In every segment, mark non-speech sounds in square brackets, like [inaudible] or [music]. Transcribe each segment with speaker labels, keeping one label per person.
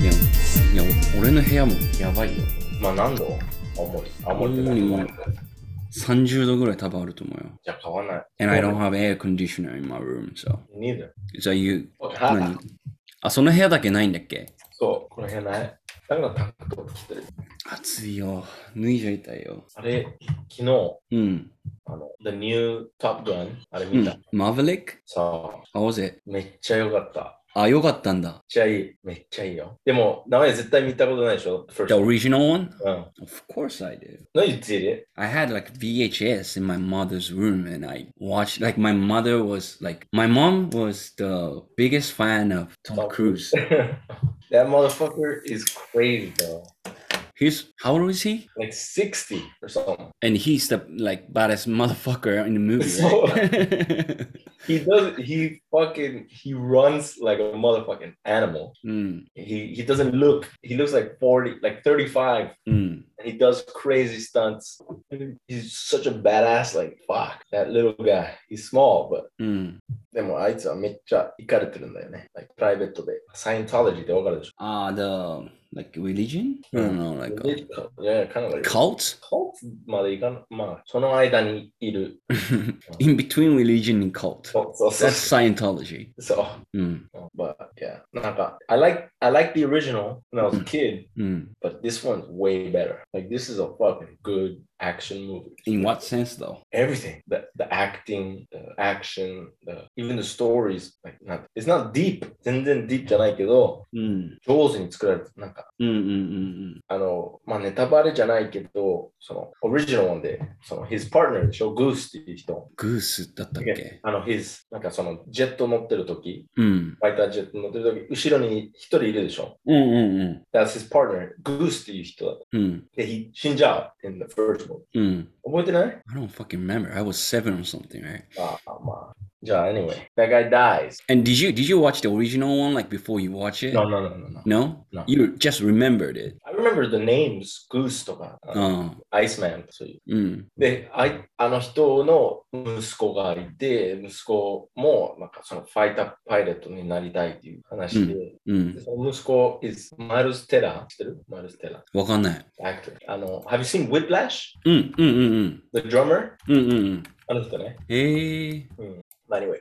Speaker 1: いやいや俺の部屋もやばいよ
Speaker 2: まあ何度青森青森って
Speaker 1: 青
Speaker 2: 何
Speaker 1: 森
Speaker 2: 度
Speaker 1: 30度ぐらい多分あると思うよ
Speaker 2: じゃあ買わない。
Speaker 1: And I don't have air conditioner in my room so
Speaker 2: ねえだよ。
Speaker 1: じゃあ言う
Speaker 2: あ
Speaker 1: 何あその部屋だけないんだっけ
Speaker 2: そう、この辺ない。だからタンクトップ着てる。
Speaker 1: 暑いよ脱いじゃいたいよ
Speaker 2: あれ、昨日、
Speaker 1: うん
Speaker 2: あの、The New Top Gun、あれ
Speaker 1: う
Speaker 2: 見た。
Speaker 1: んマーヴェリック
Speaker 2: さあ、
Speaker 1: 青ぜ
Speaker 2: めっちゃ良かった。
Speaker 1: あよかったんだ
Speaker 2: めっちゃいい。めっちゃいいよ。でも、名前絶対見たことないでしょ ?First
Speaker 1: The original one?
Speaker 2: うん。
Speaker 1: Of course I did.
Speaker 2: No, you did it.
Speaker 1: I had like VHS in my mother's room and I watched like my mother was like my mom was the biggest fan of Tom
Speaker 2: Tom
Speaker 1: Cruise.
Speaker 2: [laughs] That motherfucker is crazy, though.
Speaker 1: He's how old is he?
Speaker 2: Like 60 or something.
Speaker 1: And he's the like baddest motherfucker in the movie.
Speaker 2: [laughs] So-
Speaker 1: Right? [laughs]
Speaker 2: He does, he fucking, he runs like a motherfucking animal.
Speaker 1: mm,
Speaker 2: He, he doesn't look, he looks like 40, like 35.
Speaker 1: mm.
Speaker 2: and he does crazy stunts. He's such a badass. Like fuck, that little guy. He's small, but
Speaker 1: うん。
Speaker 2: でもあいつはめっちゃイカれてるんだよね。Like プライベートで。サイエントロジーってわかるでしょ
Speaker 1: Ah, the like religion? I
Speaker 2: Hmm.
Speaker 1: don't know, like a
Speaker 2: いやいや、かなり。
Speaker 1: Oh cult? [laughs]
Speaker 2: コーまでいかない。まあ、その間にいる。
Speaker 1: in between religion and cult.
Speaker 2: そうそうそう
Speaker 1: That's。Scientology.
Speaker 2: [laughs] そう。
Speaker 1: Mm,
Speaker 2: But yeah, なんか、I like, I like the original when I was a kid,
Speaker 1: mm.
Speaker 2: but this one's way better. Like, this is a fucking good action movie.
Speaker 1: In what sense though?
Speaker 2: everything the, the acting the action the even the stories like not it's not deep 全然 deep じゃないけど
Speaker 1: Mm.
Speaker 2: 上手に作られてなんか
Speaker 1: Mm, mm, mm, mm.
Speaker 2: あのまあネタバレじゃないけどそのオリジナルでその his partner でしょグースっていう人
Speaker 1: グースだったっけ
Speaker 2: あの his なんかそのジェット乗ってる時
Speaker 1: うん。
Speaker 2: ファイタージェット乗ってる時後ろに一人いるでしょ
Speaker 1: うんうん
Speaker 2: That's his partner グースっていう人だ
Speaker 1: うん。うん。
Speaker 2: で he 死んじゃう in the first one
Speaker 1: うん。
Speaker 2: 覚えてない
Speaker 1: hmm. I don't fucking remember. I was seven or something, right?
Speaker 2: ああまあじゃあ anyway that guy dies
Speaker 1: And did you did you watch the original one like before you watch it?
Speaker 2: no no no no no
Speaker 1: No?
Speaker 2: No.
Speaker 1: You just remembered it.
Speaker 2: I remember the names Goose とか、あの
Speaker 1: あ
Speaker 2: Iceman そういう。
Speaker 1: あ。うん。
Speaker 2: で、あいあの人の息子がいて、息子もなんかそのファイターパイレットになりたいっていう話で、
Speaker 1: う
Speaker 2: で
Speaker 1: ん。
Speaker 2: その息子 is マルステラ、知ってるマルステラ、
Speaker 1: わかんない。
Speaker 2: actor。あの、Have you seen Whiplash?
Speaker 1: うんうんうん
Speaker 2: The drummer?
Speaker 1: うん。うんうんうん。
Speaker 2: あの人ね。
Speaker 1: えー。
Speaker 2: まあ anyway、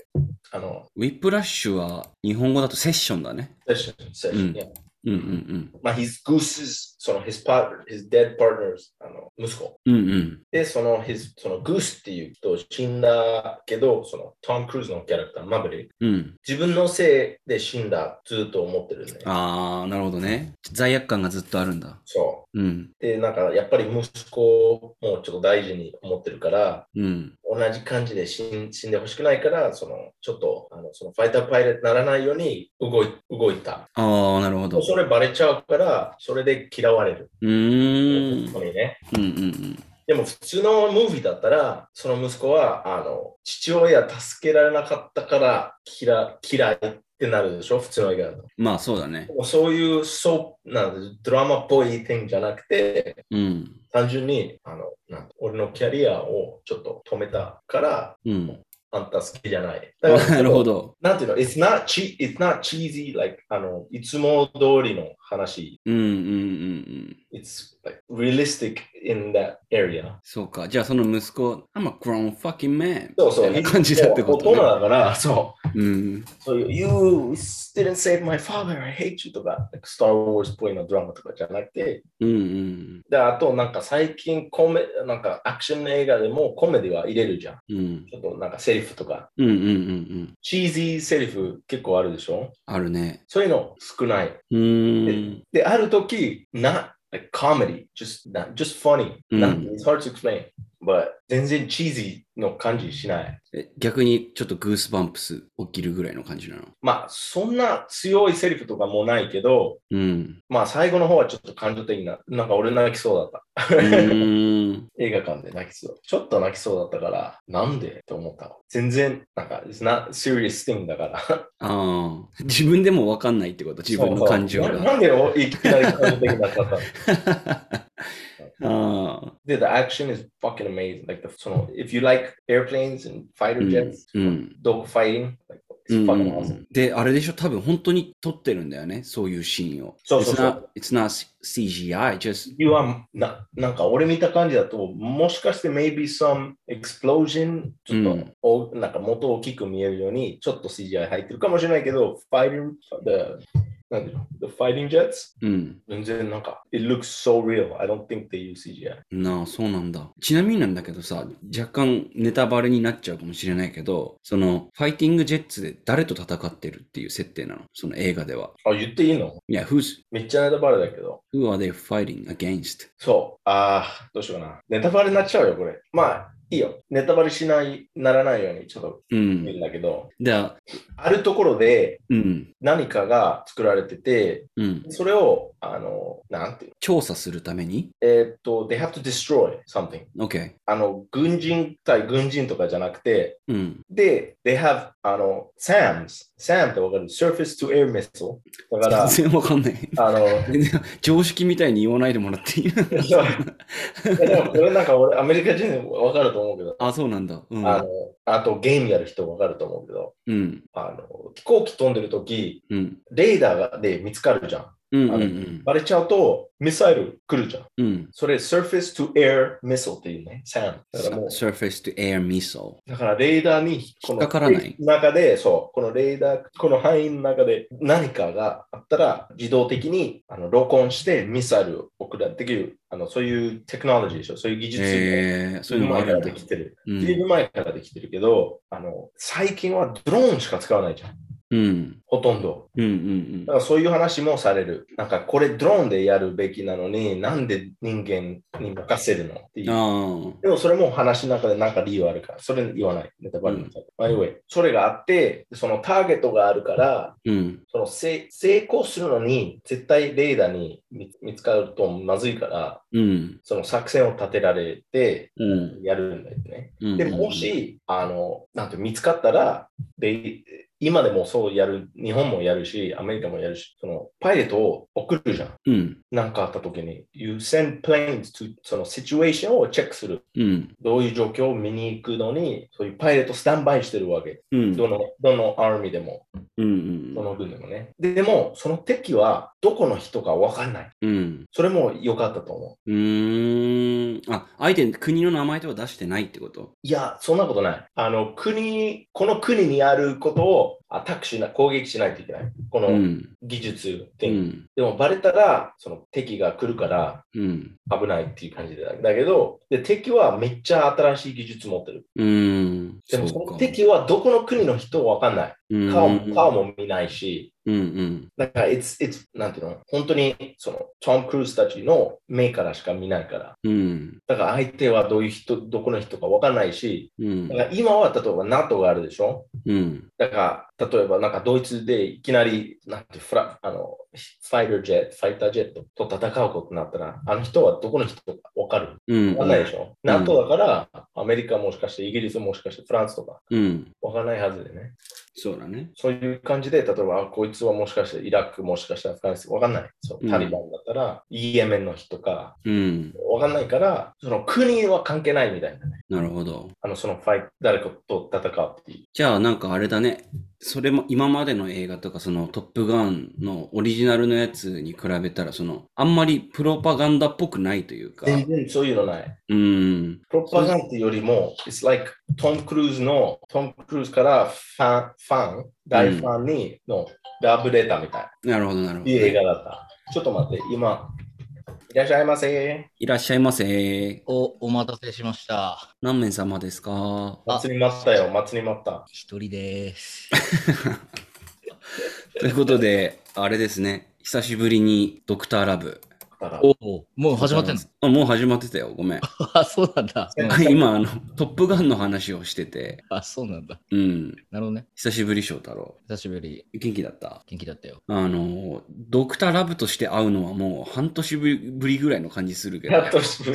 Speaker 2: あの、
Speaker 1: ウィップラッシュは日本語だとセッションだね。
Speaker 2: セッション、セッション。
Speaker 1: うん
Speaker 2: yeah
Speaker 1: うんうん
Speaker 2: まあ、his Goose's、その his partner、his dead partner's あの息子。
Speaker 1: うん。うんうん。
Speaker 2: で、その、his そのグースっていう人、死んだけど、そのトム・クルーズのキャラクター、マブリック、
Speaker 1: うん。
Speaker 2: 自分のせいで死んだ、ずっと思ってるね。
Speaker 1: ああ、なるほどね。罪悪感がずっとあるんだ。
Speaker 2: そ
Speaker 1: うん。
Speaker 2: う。で、なんか、やっぱり息子もちょっと大事に思ってるから、
Speaker 1: うん。
Speaker 2: 同じ感じで死ん死んでほしくないから、その、ちょっと、あのそのファイターパイレットにならないように動い動いた。
Speaker 1: ああ、なるほど。
Speaker 2: それバレちゃうから、それで嫌われる。
Speaker 1: うーん。
Speaker 2: 本当にね。
Speaker 1: うんうんうん。
Speaker 2: でも普通のムービーだったら、その息子は、あの、父親助けられなかったから嫌嫌いってなるでしょ、普通の映画だと。
Speaker 1: まあそうだね
Speaker 2: で。もそういう、そう、なんドラマっぽい点じゃなくて、
Speaker 1: うん。
Speaker 2: 単純に、あの、なん俺のキャリアをちょっと止めたから、
Speaker 1: うん。
Speaker 2: あんた好きじゃない。だから
Speaker 1: なるほ。ど。
Speaker 2: なんていうの、it's not, che it's not cheesy, like, あの、いつも通りの話。
Speaker 1: うんうんうんうん。
Speaker 2: It's like realistic in that area.
Speaker 1: そうか。じゃあその息子、I'm a grown fucking man.
Speaker 2: そうそう。
Speaker 1: みたいな感じだってこと、
Speaker 2: もう大人だから、そう。
Speaker 1: うん。
Speaker 2: そういう、You didn't save my father, I hate you とか、like Star Wars っぽいのドラマとかじゃなくて、
Speaker 1: うんうん
Speaker 2: で、あとなんか最近コメ、なんかアクション映画でもコメディは入れるじゃん。
Speaker 1: うん。うん
Speaker 2: ちょっとなんかセリフとか、
Speaker 1: うんうんうんうん。
Speaker 2: チーズィーセリフ結構あるでしょ
Speaker 1: あるね。
Speaker 2: そういうの少ない。
Speaker 1: うーん。
Speaker 2: で、ある時、not like comedy, just, not, just funny.、
Speaker 1: うん
Speaker 2: Not- it's hard to explain. But 全然チーズィーの感じしない。
Speaker 1: え逆にちょっとグースバンプス起きるぐらいの感じなの。
Speaker 2: まあ、そんな強いセリフとかもないけど、
Speaker 1: うん。
Speaker 2: まあ最後の方はちょっと感情的な、なんか俺泣きそうだった。
Speaker 1: うーん。
Speaker 2: 映画館で泣きそう。ちょっと泣きそうだったから、なんでって思ったの。全然、なんか、it's not serious thing だから。
Speaker 1: あ
Speaker 2: [laughs]
Speaker 1: あ。自分でもわかんないってこと、 [laughs] 自分の感情
Speaker 2: そうそ
Speaker 1: が。 [laughs]
Speaker 2: うななんでおいきなり感情的になっちゃったの
Speaker 1: ああ。
Speaker 2: で、the action is fucking amazing. Like, the, その、if you like airplanes and fighter
Speaker 1: うん
Speaker 2: jets,、
Speaker 1: うん
Speaker 2: dog fighting, like, It's
Speaker 1: うん
Speaker 2: fucking
Speaker 1: うんう
Speaker 2: awesome.
Speaker 1: んで、あれでしょ、多分本当に撮ってるんだよね、そういうシーンを。
Speaker 2: そうそうそう
Speaker 1: It's not, it's not CGI, just,
Speaker 2: You are, ななんか俺見た感じだと、もしかして maybe some explosion、ちょっと、
Speaker 1: うん
Speaker 2: おなんか元大きく見えるように、ちょっと CGI 入ってるかもしれないけど、fighting, the, なんていうの the fighting jets?
Speaker 1: うん。
Speaker 2: 全然なんか、it looks so real. I don't think they use CGI.
Speaker 1: なあ、そうなんだ。ちなみになんだけどさ、若干ネタバレになっちゃうかもしれないけど、その、ファイティングジェッツで誰と戦ってるっていう設定なのその映画では。
Speaker 2: あ、言っていいの
Speaker 1: いや、who's,
Speaker 2: めっちゃネタバレだけど。
Speaker 1: who are they fighting against?
Speaker 2: そう。ああ、どうしようかな。ネタバレになっちゃうよ、これ。まあ、いいよ。ネタバレしない、ならないようにちょっと
Speaker 1: う
Speaker 2: 見
Speaker 1: ん。
Speaker 2: るんだけど、
Speaker 1: で、あ
Speaker 2: あるところで
Speaker 1: うん。
Speaker 2: 何かが作られてて、
Speaker 1: うん。
Speaker 2: それを、あの、なんていう
Speaker 1: 調査するために
Speaker 2: のえーっと、they have to destroy something.
Speaker 1: ?OK。
Speaker 2: あの、軍人対軍人とかじゃなくて、
Speaker 1: うん。
Speaker 2: で、they have, あの、SAMs。SAM ってわかる ?surface to air missile。
Speaker 1: [laughs]
Speaker 2: だから、
Speaker 1: 全然わかんない。
Speaker 2: あの、
Speaker 1: 全然常識みたいに言わないでもらってい
Speaker 2: [laughs]
Speaker 1: い
Speaker 2: そういやでもこれなんか俺、アメリカ人でもわかると思うけど、
Speaker 1: あ、そうなんだ。う
Speaker 2: あ
Speaker 1: ん。
Speaker 2: の、あとゲームやる人わかると思うけど、
Speaker 1: うん。
Speaker 2: あの、飛行機飛んでるとき、
Speaker 1: うん。
Speaker 2: レーダーで見つかるじゃん。
Speaker 1: うん。
Speaker 2: あ
Speaker 1: う
Speaker 2: の
Speaker 1: ん。
Speaker 2: バレちゃうと、ミサイル来るじゃん。
Speaker 1: うん。
Speaker 2: それ、surface to air missile っていうね、SAM。だからもう、
Speaker 1: surface to air missile。
Speaker 2: だからレーダーに、こ
Speaker 1: 引っかからない
Speaker 2: 中で、そう、このレーダー、この範囲の中で何かがあったら、自動的にあの録音してミサイルを送らできる、あの、そういうテクノロジーでしょ、そういう技術が
Speaker 1: えー、そういうのもあ
Speaker 2: 前か
Speaker 1: る
Speaker 2: ら
Speaker 1: んだ
Speaker 2: で。きてる。
Speaker 1: う
Speaker 2: ずいぶ
Speaker 1: ん。
Speaker 2: ん前からできてるけど、あの、最近はドローンしか使わないじゃん。
Speaker 1: うん。
Speaker 2: ほとんど。
Speaker 1: うんうん
Speaker 2: だからそういう話もされる。なんかこれドローンでやるべきなのに、なんで人間に任せるのっ
Speaker 1: う
Speaker 2: てい
Speaker 1: ん。
Speaker 2: う。
Speaker 1: ああ。
Speaker 2: でもそれも話の中でなんか理由あるから、それ言わない。ネタバレになっちゃう。まあ anyway、それがあって、そのターゲットがあるから、
Speaker 1: うん。
Speaker 2: そのせ成功するのに、絶対レーダーに見見つかるとまずいから、
Speaker 1: うん。
Speaker 2: その作戦を立てられて
Speaker 1: うん。
Speaker 2: やるんだよね。
Speaker 1: うん
Speaker 2: で、も、し、あの、なんて見つかったら、で、今でもそうやる、日本もやるし、アメリカもやるし、その、パイレットを送るじゃん。
Speaker 1: うん。
Speaker 2: なんかあった時に、you send planes to その situation をチェックする。
Speaker 1: うん。
Speaker 2: どういう状況を見に行くのに、そういうパイレットスタンバイしてるわけ。
Speaker 1: うん。
Speaker 2: どの、どのアーミーでも、
Speaker 1: うん。
Speaker 2: どの軍でもね。ででも、その敵はどこの人かわかんない。
Speaker 1: うん。
Speaker 2: それも良かったと思う。
Speaker 1: うーん。あ、相手、国の名前とは出してないってこと
Speaker 2: いや、そんなことない。あの、国、この国にあることをアタックしない、攻撃しないといけない。この、
Speaker 1: うん。
Speaker 2: 技術っ
Speaker 1: う
Speaker 2: て、
Speaker 1: ん。
Speaker 2: でもバレたらその敵が来るから
Speaker 1: うん。
Speaker 2: 危ないっていう感じでだだけどで敵はめっちゃ新しい技術持ってる
Speaker 1: うん。
Speaker 2: でも
Speaker 1: そ
Speaker 2: そうの
Speaker 1: か
Speaker 2: 敵はどこの国の人わかんない
Speaker 1: うん。
Speaker 2: 顔も顔も見ないし
Speaker 1: うんうん。
Speaker 2: だから it's, it's なんていうの本当にそのトム・クルーズたちの目からしか見ないから
Speaker 1: うん。
Speaker 2: だから相手はどういう人どこの人かわかんないし
Speaker 1: うん
Speaker 2: だ。から今は例えば NATO があるでしょ
Speaker 1: うん。
Speaker 2: だから、例えば、なんかドイツでいきなり、なんてフラ、あの、ファイタージェット、ファイタージェットと戦うことになったら、あの人はどこの人かわかる
Speaker 1: うん。
Speaker 2: わかんないでしょ、
Speaker 1: ん
Speaker 2: ?NATO だから、アメリカもしかして、イギリスもしかして、フランスとか、
Speaker 1: うん。
Speaker 2: わかんないはずでね。
Speaker 1: そうだね。
Speaker 2: そういう感じで、例えば、あこいつはもしかして、イラクもしかしたら、フランス、わかんない。そうう、
Speaker 1: ん
Speaker 2: タリバンだったら、イエメンの人か、
Speaker 1: うん。
Speaker 2: わかんないから、その国は関係ないみたいなね。
Speaker 1: なるほど。
Speaker 2: あの、そのファイ、誰かと戦うっていう。
Speaker 1: じゃあなんかあれだね。それも今までの映画とかそのトップガンのオリジナルのやつに比べたらそのあんまりプロパガンダっぽくないというか。
Speaker 2: 全然そういうのない。
Speaker 1: うん。
Speaker 2: プロパガンダよりも、it's like トム・クルーズの、トム・クルーズからファン、ファン、大ファンにのラブレターみたい
Speaker 1: なるほどなるほ
Speaker 2: な、
Speaker 1: ど。
Speaker 2: いい映画だった。ちょっと待って、今、いらっしゃいませ。
Speaker 1: いらっしゃいませ。
Speaker 3: お、お待たせしました。
Speaker 1: 何名様ですか
Speaker 2: 祭り待ったよ、祭り待った。
Speaker 3: 一人です。
Speaker 1: ということで、あれですね。久しぶりにドクターラブ。
Speaker 2: だから
Speaker 3: おお、もう始まってんの
Speaker 1: あもう始まってたよ。ごめん。
Speaker 3: あ、そうなんだ。
Speaker 2: うん
Speaker 1: [laughs] 今、あの、トップガンの話をしてて。
Speaker 3: あ、そうなんだ。
Speaker 1: うん。
Speaker 3: なるほどね。
Speaker 1: 久しぶり翔太郎。
Speaker 3: 久しぶり。
Speaker 1: 元気だった
Speaker 3: 元気だったよ。
Speaker 1: あの、ドクターラブとして会うのはもう半年ぶりぐらいの感じするけど
Speaker 2: や、っと [laughs] し
Speaker 3: そ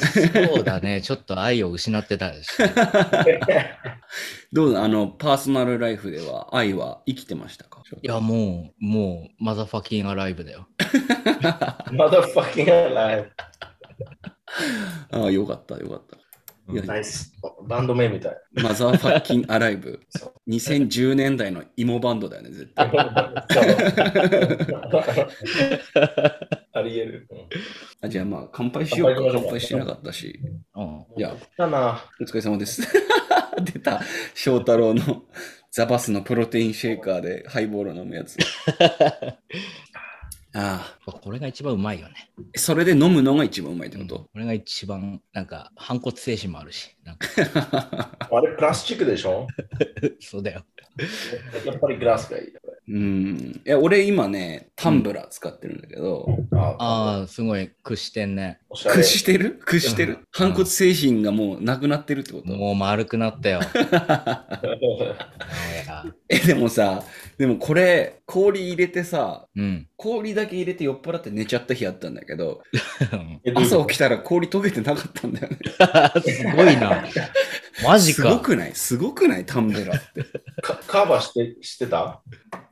Speaker 3: う
Speaker 1: [laughs]
Speaker 3: だね。ちょっと愛を失ってたし。
Speaker 1: どうだあの、パーソナルライフでは愛は生きてましたか
Speaker 3: いや、もう、もう、マザファキンアライブだよ。
Speaker 2: まだ fucking alive。
Speaker 1: ああ、よかった、よかった。いや
Speaker 2: ナイス。バンド名み [laughs] たい。
Speaker 1: マザーファッキンアライブ
Speaker 2: そ。
Speaker 1: 2010年代の芋バンドだよね、絶対。
Speaker 2: あり得る。うん
Speaker 1: あじゃあまあ、乾杯しようか。
Speaker 2: 乾
Speaker 1: 乾杯
Speaker 2: 杯しましょう
Speaker 1: してなかったし。
Speaker 3: うん。
Speaker 1: いや、
Speaker 2: だな。
Speaker 1: お疲れ様です。 [laughs] 出た、翔太郎のザバスのプロテインシェイカーでハイボール飲むや
Speaker 2: [laughs]
Speaker 1: つ。ああ、
Speaker 3: これが一番うまいよね。
Speaker 1: それで飲むのが一番うまいって
Speaker 3: う
Speaker 1: こ
Speaker 3: ん
Speaker 1: と
Speaker 3: こ、れが一番、なんか、反骨精神もあるし、なん
Speaker 1: [laughs]
Speaker 3: か、
Speaker 2: あれ、プラスチックでしょ
Speaker 3: そうだよ。
Speaker 2: やっぱりグラスがいい。
Speaker 1: うん、いや、俺今ね、タンブラー使ってるんだけど、
Speaker 3: ああ、すごい、屈してんね。
Speaker 2: おしゃれ
Speaker 1: 屈。してる屈して
Speaker 3: う
Speaker 1: る
Speaker 3: ん
Speaker 1: 反骨精神がもうなくなってるってこと
Speaker 3: もう丸くな
Speaker 1: [laughs]
Speaker 3: ったよ。
Speaker 2: あ
Speaker 3: なんや
Speaker 1: え、でもさ、でもこれ、氷入れてさ、 [laughs]
Speaker 3: うん。 [laughs]
Speaker 1: 氷だけ入れて酔っ払って寝ちゃった日あったんだけど、
Speaker 2: そ
Speaker 1: 朝
Speaker 2: う
Speaker 1: 起きたら氷溶けてなかったんだよね。
Speaker 3: すごいな。マジ
Speaker 1: すご
Speaker 3: か。
Speaker 1: くないすごくないタンブラーって。
Speaker 2: かカバーしてしてた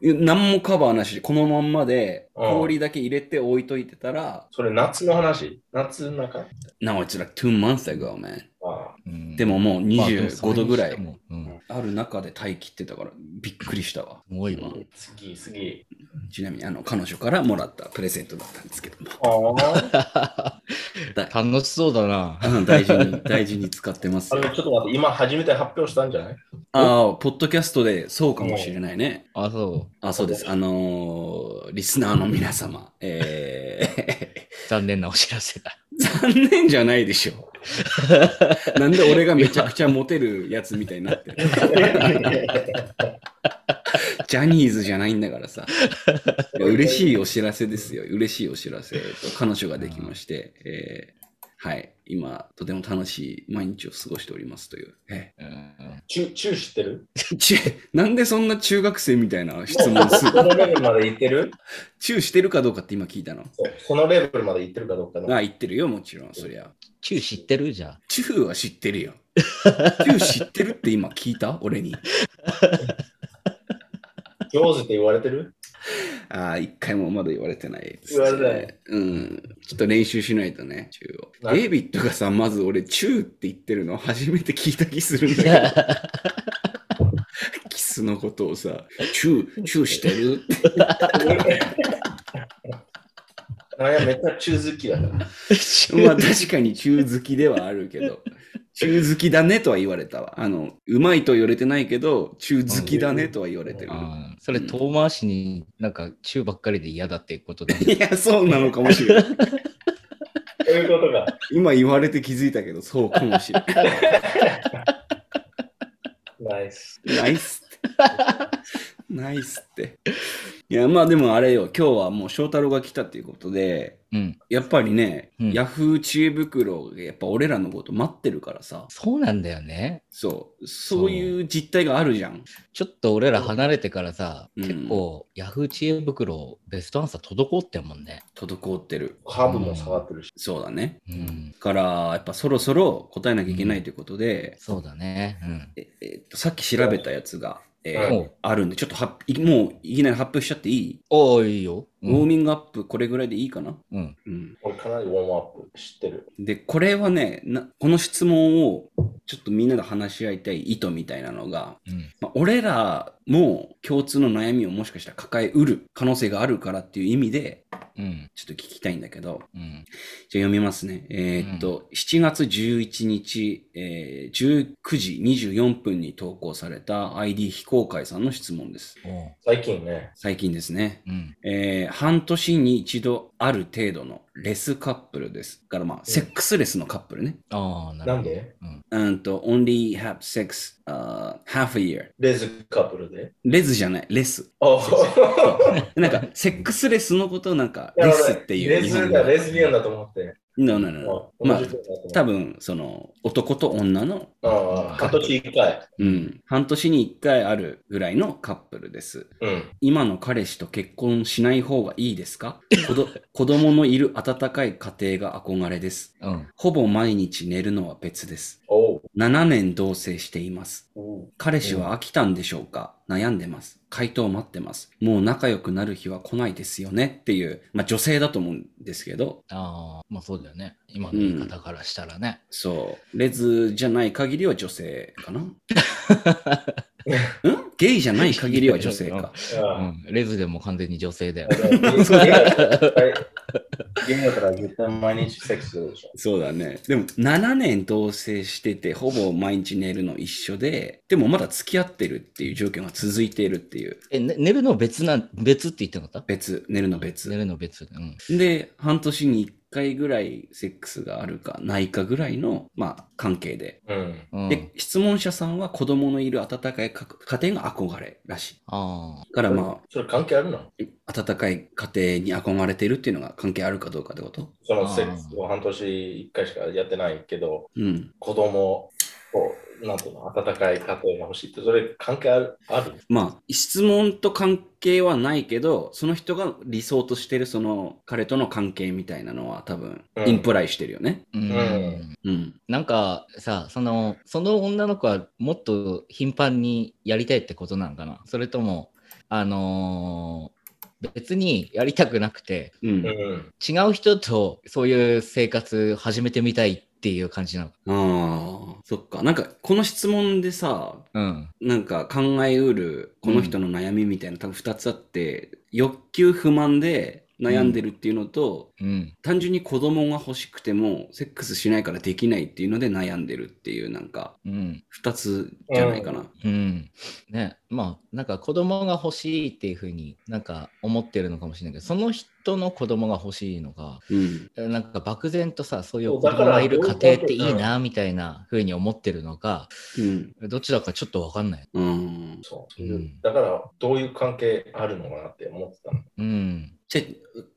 Speaker 1: いや何もカバーなしで、このまんまで
Speaker 2: うん
Speaker 1: 氷だけ入れて置いといてたら、
Speaker 2: それ夏の話夏の中
Speaker 1: Now it's like two months ago, man.
Speaker 2: あ
Speaker 3: うん
Speaker 1: でももう
Speaker 3: まあでもそれ
Speaker 1: 25
Speaker 3: に
Speaker 1: 度ぐら
Speaker 3: して
Speaker 1: い
Speaker 3: もうん
Speaker 1: ある中で耐え切ってたから、びっくりしたわ。
Speaker 3: すごいわ。
Speaker 2: あ次、次。
Speaker 1: ちなみに、あの、彼女からもらったプレゼントだったんですけ [laughs] ども、
Speaker 2: ああ。
Speaker 3: 楽しそうだな。
Speaker 1: うん大事に、 [laughs] 大事に使ってます
Speaker 2: あ。れちょっと待って、今初めて発表したんじゃない
Speaker 1: ああ、ポッドキャストでそうかもしれないね。
Speaker 3: あ、そ
Speaker 1: あ、そうです。あのーリスナーの皆様、え
Speaker 3: う。残念なお知らせだ。
Speaker 1: ー残念じゃないでしょう。なんで俺がめちゃくちゃモテるやつみたいになってる。ジャニーズじゃないんだからさ。いや嬉しいお知らせですよ。嬉しいお知らせ。えっと彼女ができまして、えーはい。今、とても楽しい毎日を過ごしておりますという。え
Speaker 3: うん
Speaker 2: 中中知ってる
Speaker 1: ーちなんでそんな中学生みたいな質問する
Speaker 2: そ [laughs] のレベルまで行ってる
Speaker 1: チューしてるかどうかって今聞いたの。
Speaker 2: そうそのレベルまで行ってるかどうかの。
Speaker 1: あ、言ってるよ、もちろん、そりゃ。
Speaker 3: チュー知ってるじゃあ。
Speaker 1: チューは知ってるよ。チュー知ってるって今聞いた俺に。
Speaker 2: 上手って言われてる
Speaker 1: ああ、一回もまだ言われてないです、
Speaker 2: 言われない。
Speaker 1: うん。ちょっと練習しないとね、チュー
Speaker 2: な
Speaker 1: を。デイビッドがさ、まず俺、チューって言ってるの初めて聞いた気するんだけど、キスのことをさ、チュー、チューしてる [laughs] って
Speaker 2: あれめっちゃ中好きだから。
Speaker 1: まあ確かに中好きではあるけど、中好きだねとは言われたわ。あの、うまいとは言われてないけど、中好きだねとは言われてる。
Speaker 3: あーそれ遠回しになんかチューばっかりで嫌だっていうことだね。
Speaker 1: いや、そうなのかもしれない。
Speaker 2: そういうことが。
Speaker 1: 今言われて気づいたけど、そうかもしれない。
Speaker 2: ナイス。
Speaker 1: ナイスって。ナイスって。いや、まあでもあれよ、今日はもう翔太郎が来たっていうことで、
Speaker 3: うん。
Speaker 1: やっぱりね、
Speaker 3: うん
Speaker 1: ヤフー知恵袋がやっぱ俺らのこと待ってるからさ、
Speaker 3: そうなんだよね。
Speaker 1: そう、そういう実態があるじゃん。
Speaker 3: ちょっと俺ら離れてからさ、
Speaker 1: うん
Speaker 3: 結構ヤフー知恵袋ベストアンサー滞ってんもんね。
Speaker 1: 滞ってる。
Speaker 2: 株も下がってるし。
Speaker 1: そうだね。
Speaker 3: うん。
Speaker 1: から、やっぱそろそろ答えなきゃいけないということで、
Speaker 3: そうだね。うん。
Speaker 1: ええっとさっき調べたやつが、えー
Speaker 2: うん
Speaker 3: おう
Speaker 1: あるんで、ちょっとはっいもういきなり発表しちゃっていい
Speaker 3: おういいよ。
Speaker 1: ウ
Speaker 3: う
Speaker 1: ォー
Speaker 3: ん。
Speaker 1: ミングアップこれぐらいでいいかな、
Speaker 3: うん、
Speaker 1: うん、
Speaker 2: 俺かなりウォームアップ知ってる。
Speaker 1: で、これはねな、この質問をちょっとみんなで話し合いたい意図みたいなのが、
Speaker 3: うん。
Speaker 1: まあ、俺らも共通の悩みをもしかしたら抱えうる可能性があるからっていう意味で、
Speaker 3: うん。
Speaker 1: ちょっと聞きたいんだけど、
Speaker 3: うん。
Speaker 1: じゃあ読みますね。えーっと、7月11日、えー19時24分に投稿された ID 非公開さんの質問です。
Speaker 3: おう
Speaker 2: 最近ね。
Speaker 1: 最近ですね。
Speaker 3: うん。
Speaker 1: えー半年に一度ある程度のレスカップルです。だからまあ、セックスレスのカップルね。
Speaker 3: ああ、なる
Speaker 2: な
Speaker 3: ほ
Speaker 2: ん
Speaker 3: ど。
Speaker 2: で
Speaker 1: うんと、only have sex、uh, half a year。
Speaker 2: レズカップルで。
Speaker 1: レズじゃない、レス。
Speaker 2: あ [laughs]
Speaker 1: なんか、セックスレスのことをなんか、
Speaker 2: あ。
Speaker 1: レスっていう。
Speaker 2: レ
Speaker 1: 日
Speaker 2: ズ
Speaker 1: 本
Speaker 2: だ、
Speaker 1: 語
Speaker 2: レズビアンだと思って。
Speaker 1: No, no, no, no. まあ、多
Speaker 2: 分。
Speaker 1: 分、その、男と女の、
Speaker 2: ああ、カトチ一回。
Speaker 1: うん、半年に一回あるぐらいのカップルです。
Speaker 2: うん。
Speaker 1: 今の彼氏と結婚しない方がいいですか子 [laughs] ど子供のいる温かい家庭が憧れです。
Speaker 3: うん。
Speaker 1: ほぼ毎日寝るのは別です。
Speaker 2: おう。
Speaker 1: 7年同棲しています。
Speaker 2: おう
Speaker 1: 彼氏は飽きたんでしょうか悩んでます。回答を待ってます。もう仲良くなる日は来ないですよねっていう、まあ女性だと思うんですけど、
Speaker 3: ああ、まあそうだよね。今の言い方からしたらね。
Speaker 1: そう、レズじゃない限りは女性か [laughs] なんゲイじゃない限りは女性か。
Speaker 3: う
Speaker 2: [laughs] ああ
Speaker 3: ん、レズでも完全に女性だよ [laughs]
Speaker 2: だ。からゲームだから絶対毎日セックスするでしょ。
Speaker 1: そうだね。でも7年同棲してて、ほぼ毎日寝るの一緒で、でもまだ付き合ってるっていう状況が続いているっていう、
Speaker 3: え、ね寝るの別な、別って言ってなかっ
Speaker 1: 別、寝るの
Speaker 3: た
Speaker 1: 別
Speaker 3: 寝。るの別。うん。
Speaker 1: で、半年に1回ぐらいセックスがあるかないかぐらいの、まあ、関係で。
Speaker 2: うん。
Speaker 3: うん、
Speaker 1: で、質問者さんは子供のいる温かい家家庭が憧れらしい。
Speaker 3: あ
Speaker 1: だからま
Speaker 2: それ関係あるの
Speaker 1: あ、温かい家庭に憧れてるっていうのが関係あるかどうかってこと
Speaker 2: そのセックスを半年一回しかやってないけど、
Speaker 1: うん。
Speaker 2: 子供を、なんていうの、温かい家庭が欲しいって、それ関係あるある
Speaker 1: まあ、質問と関係はないけど、その人が理想としてるその彼との関係みたいなのは多分
Speaker 2: う、ん
Speaker 1: インプライしてるよね。
Speaker 3: あ。うん。
Speaker 2: うん
Speaker 1: うん。
Speaker 3: なんかさ、その、その女の子はもっと頻繁にやりたいってことなんかなそれとも、あのー別にやりたくなくて、
Speaker 1: う。
Speaker 2: うんん。
Speaker 3: 違う人とそういう生活始めてみたいっていう感じなの
Speaker 1: ああ、そっか。なんか、この質問でさ、
Speaker 3: うん。
Speaker 1: なんか考えうるこの人の悩みみたいな、多分2つあって欲求不満で悩んでるっていうのと、
Speaker 3: うん。
Speaker 1: 単純に子供が欲しくてもセックスしないからできないっていうので悩んでるっていうなんか
Speaker 3: うん。
Speaker 1: 2つじゃないかな。
Speaker 3: うん。ね、まあ、なんか子供が欲しいっていうふうになんか思ってるのかもしれないけど、その人の子供が欲しいのが、
Speaker 1: うん
Speaker 3: なんか漠然とさ、そういう
Speaker 2: そう
Speaker 3: 子
Speaker 2: だ
Speaker 3: 供
Speaker 2: から
Speaker 3: がいる家庭っていい
Speaker 2: どういうこ
Speaker 3: な、みたいなふうに思ってるのか、
Speaker 1: うん
Speaker 3: どちらかちょっとわかんない。
Speaker 1: うん、
Speaker 2: そう。
Speaker 3: うん
Speaker 2: だから、どういう関係あるのかなって思ってたの。
Speaker 3: うん。
Speaker 1: じゃ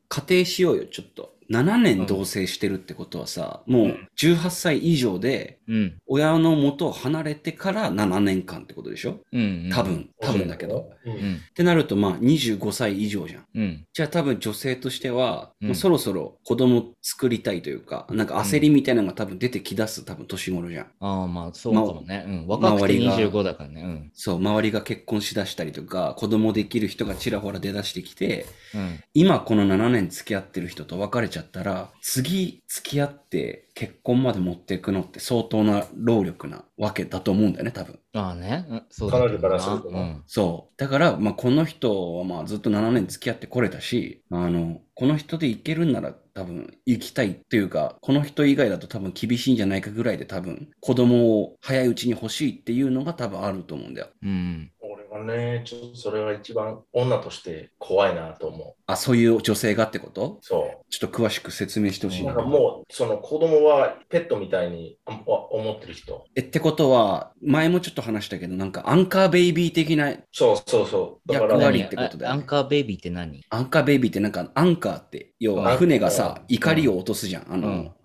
Speaker 1: 仮定しようよちょっと7年同棲してるってことはさ、もう18歳以上で
Speaker 3: うん。
Speaker 1: 親の元を離れてから7年間ってことでしょ
Speaker 3: うん。
Speaker 1: 多。分多分だけど。。
Speaker 2: う。
Speaker 3: うんん。
Speaker 1: ってなるとまあ25歳以上じゃん。
Speaker 3: うん。
Speaker 1: じゃあ多分女性としては、
Speaker 3: うん
Speaker 1: まあそろそろ子供作りたいというか、なんか焦りみたいなのが多分出てきだす多分年頃じゃん。
Speaker 3: ああ、まあ、そうかもね。うん。若く
Speaker 1: 周
Speaker 3: て
Speaker 1: りが
Speaker 3: 25だからね。
Speaker 1: そう、周りが結婚しだしたりとか、子供できる人がちらほら出だしてきて、
Speaker 3: うん。うん。
Speaker 1: 今この7年付き合ってる人と別れちゃったら、次付き合って結婚まで持っていくのって相当な労力なわけだと思うんだよね、多分。
Speaker 3: まあね。うんそうだけど
Speaker 2: 彼女から
Speaker 3: な
Speaker 2: するとな
Speaker 3: うん。
Speaker 1: そう。だから、まあ、この人はまあずっと7年付き合ってこれたし、あの、この人で行けるんなら多分行きたいっていうか、この人以外だと多分厳しいんじゃないかぐらいで多分子供を早いうちに欲しいっていうのが多分あると思うんだよ。
Speaker 3: うん。
Speaker 2: 俺はね、ちょっとそれが一番女として怖いなと思
Speaker 1: あ、そういう女性がってこと
Speaker 2: う。そ
Speaker 1: ちょっと詳しく説明してほし
Speaker 2: う。
Speaker 1: い
Speaker 2: な
Speaker 1: なん
Speaker 2: か。もう、その子供はペットみたいにあお思ってる人。
Speaker 1: え、ってことは、前もちょっと話したけど、なんかアンカーベイビー的な、
Speaker 2: そうそうそう。だか
Speaker 1: 役
Speaker 2: ら、
Speaker 1: 割ってことだよね
Speaker 3: あアンカーベイビーって何
Speaker 1: アンカーベイビーってなんかアンカーって、要は船がさ、怒りを落とすじゃん。あ
Speaker 3: う
Speaker 1: の
Speaker 3: ん。、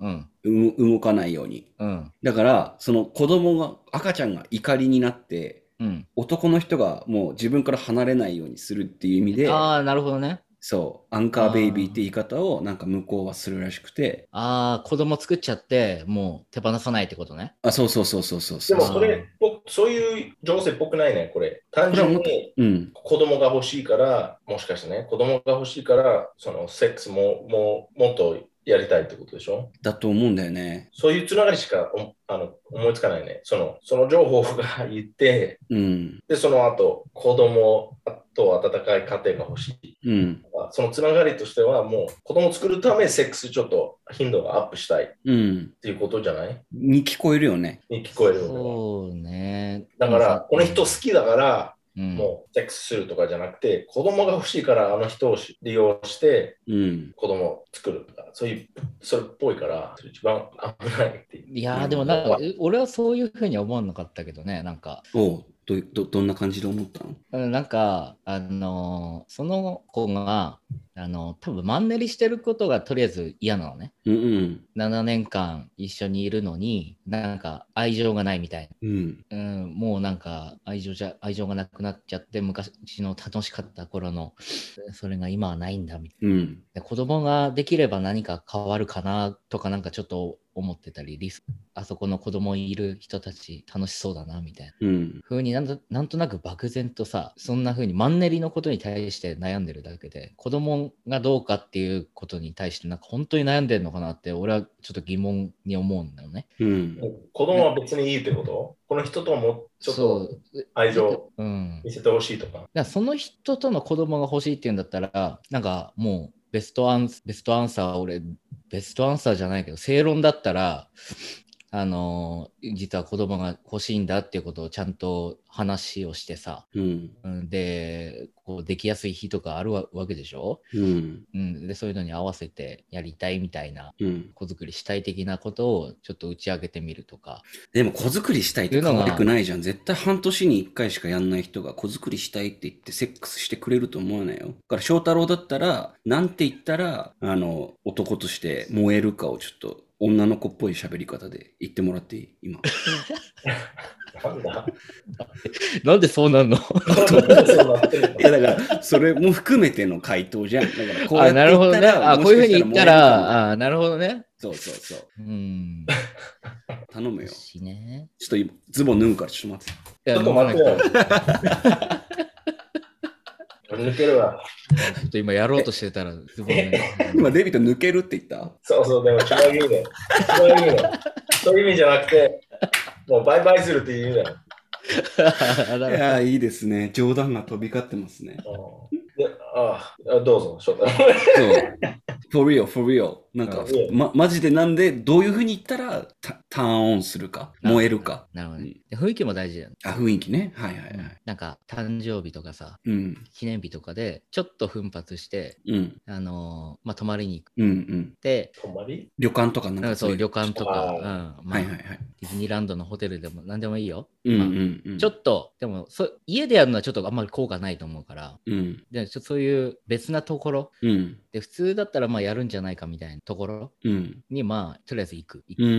Speaker 3: うん。
Speaker 1: う動かないように。
Speaker 3: うん。
Speaker 1: だから、その子供が、赤ちゃんが怒りになって、
Speaker 3: うん。
Speaker 1: 男の人がもう自分から離れないようにするっていう意味で、
Speaker 3: ああ、なるほどね。
Speaker 1: そう、アンカーベイビーって言い方をなんか向こうはするらしくて、
Speaker 3: ああ、子供作っちゃって、もう手放さないってことね。
Speaker 1: あ、そうそうそうそうそう
Speaker 2: で
Speaker 1: そう
Speaker 2: もそれ、僕そういう情勢っぽくないね、これ。単純
Speaker 1: これう
Speaker 2: に
Speaker 1: ん。
Speaker 2: 子供が欲しいから、もしかしてね、子供が欲しいから、そのセックスももうもっとやりたいってことでしょ
Speaker 1: だと思うんだよね。
Speaker 2: そういうつながりしかおあの思いつかないね。そのその情報が言って、
Speaker 1: うん。
Speaker 2: で、その後、子供と温かい家庭が欲しい。
Speaker 1: うん。
Speaker 2: そのつながりとしては、もう子供作るためセックスちょっと頻度がアップしたいっ
Speaker 1: うん。
Speaker 2: ていうことじゃない
Speaker 1: に聞こえるよね。
Speaker 2: に聞こえるよね
Speaker 3: そうね。
Speaker 2: だから、この人好
Speaker 3: す、
Speaker 2: きだから、
Speaker 3: うん、
Speaker 2: もうセックスするとかじゃなくて、子供が欲しいからあの人をし利用して
Speaker 1: うん。
Speaker 2: 子供を作るとか、そういう、それっぽいから、それ一番危ないっていう。
Speaker 3: いやーでもなんか、俺はそういうふうには思わなかったけどね、なんか、
Speaker 1: おうど、ど、どんな感じで思ったの
Speaker 3: うんなんか、あのーその子が、あの、多分マンネリしてることがとりあえず嫌なのね。
Speaker 1: うんうん。
Speaker 3: 7年間一緒にいるのに、なんか愛情がないみたい
Speaker 1: うん。
Speaker 3: な。うん、もうなんか愛情じゃ、愛情がなくなっちゃって、昔の楽しかった頃の、それが今はないんだみたい
Speaker 1: うん。
Speaker 3: な。子供ができれば何か変わるかなとかなんかちょっと思ってたり、リスあそこの子供いる人たち楽しそうだなみたいな。
Speaker 1: うん。
Speaker 3: 風になんとなんとなく漠然とさそんな風にマンネリのことに対して悩んでるだけで子供がどうかっていうことに対してなんか本当に悩んでるのかなって俺はちょっと疑問に思うんだよね。
Speaker 1: うん。
Speaker 2: 子供は別にいいってことこの人ともちょっと
Speaker 3: そう
Speaker 2: 愛情
Speaker 3: うん、だか
Speaker 2: 見せてほしいとか。
Speaker 3: らその人との子供が欲しいっていうんだったらなんかもうベストアンベストアンサー俺ベストアンサーじゃないけど正論だったら。あのー実は子供が欲しいんだっていうことをちゃんと話をしてさ、
Speaker 1: うん。
Speaker 3: うんで、こう、できやすい日とかあるわわけでしょ、
Speaker 1: うん。
Speaker 3: うん、で、そういうのに合わせてやりたいみたいな、
Speaker 1: うん。
Speaker 3: 子作り主体的なことをちょっと打ち上げてみるとか。 [laughs]
Speaker 1: でも子作りしたいって可愛くないじゃん。絶対半年に1回しかやんない人が子作りしたいって言ってセックスしてくれると思わないよ。だから翔太郎だったら、なんて言ったら、あの、男として燃えるかをちょっと女の子っぽい喋り方で言ってもらっていい今。 [laughs]
Speaker 2: なん
Speaker 3: [laughs]
Speaker 2: だ
Speaker 3: なんでそうなんの
Speaker 2: そうなってるの
Speaker 1: いやだから、それも含めての回答じゃん。だからこうやっ
Speaker 3: あ、
Speaker 1: て
Speaker 3: なるほどね。あ、こういうふうに言った
Speaker 1: も
Speaker 3: ら、
Speaker 1: しかした燃えるかも
Speaker 3: あなるほどね。
Speaker 1: そうそうそう。
Speaker 3: うん。
Speaker 1: 頼むよ。ちょ
Speaker 3: しね。
Speaker 1: っと今、ズボン脱ぐからちょっと待って。
Speaker 3: いや
Speaker 2: ちょっと待ってよ
Speaker 3: もうなんか。
Speaker 2: 抜けるわ。
Speaker 3: ちょっと今やろうとして
Speaker 1: [laughs]
Speaker 3: たら、ズボンね [laughs]
Speaker 1: 今、デビット抜けるって言った
Speaker 2: そうそう、でも違う意味で。違う意味で。そういう意味じゃなくて、もうバイバイするっていう意味だよ。
Speaker 3: あないるほ
Speaker 1: やー、いいですね。冗談が飛び交ってますね。
Speaker 2: うんでああ、どうぞ、翔
Speaker 3: [laughs]
Speaker 2: 太。
Speaker 1: そう。for real, for real. なんか
Speaker 2: For real、
Speaker 1: ま、マジでなんで、どういうふうに言ったらタターンオンするか、
Speaker 3: ど。
Speaker 1: 燃えるか。
Speaker 3: なるほどね。で雰囲気も大事だよね。
Speaker 1: あ、雰囲気ね。はいはいはい。
Speaker 3: なんか、誕生日とかさ、
Speaker 1: うん、
Speaker 3: 記念日とかで、ちょっと奮発して、
Speaker 1: うん、
Speaker 3: あのーまあ、泊まりに行く。
Speaker 1: うん、うん。
Speaker 3: で、
Speaker 2: ほんまに
Speaker 1: 旅館とかなん
Speaker 3: なん
Speaker 1: か
Speaker 3: かそう、旅館とか、
Speaker 2: あ
Speaker 3: う
Speaker 2: ー
Speaker 3: んまあ
Speaker 1: はいはいはい。
Speaker 3: ディズニーランドのホテルでも何でもいいよ。
Speaker 1: うん、うん、うん。
Speaker 3: ちょっと、でもそ、家でやるのはちょっとあんまり効果ないと思うから、
Speaker 1: うん、
Speaker 3: でちょっとそういう別なところ
Speaker 1: うん、
Speaker 3: で、普通だったらまあやるんじゃないかみたいなところ
Speaker 1: うん。
Speaker 3: に、まあ、とりあえず行く。行
Speaker 1: う
Speaker 3: っ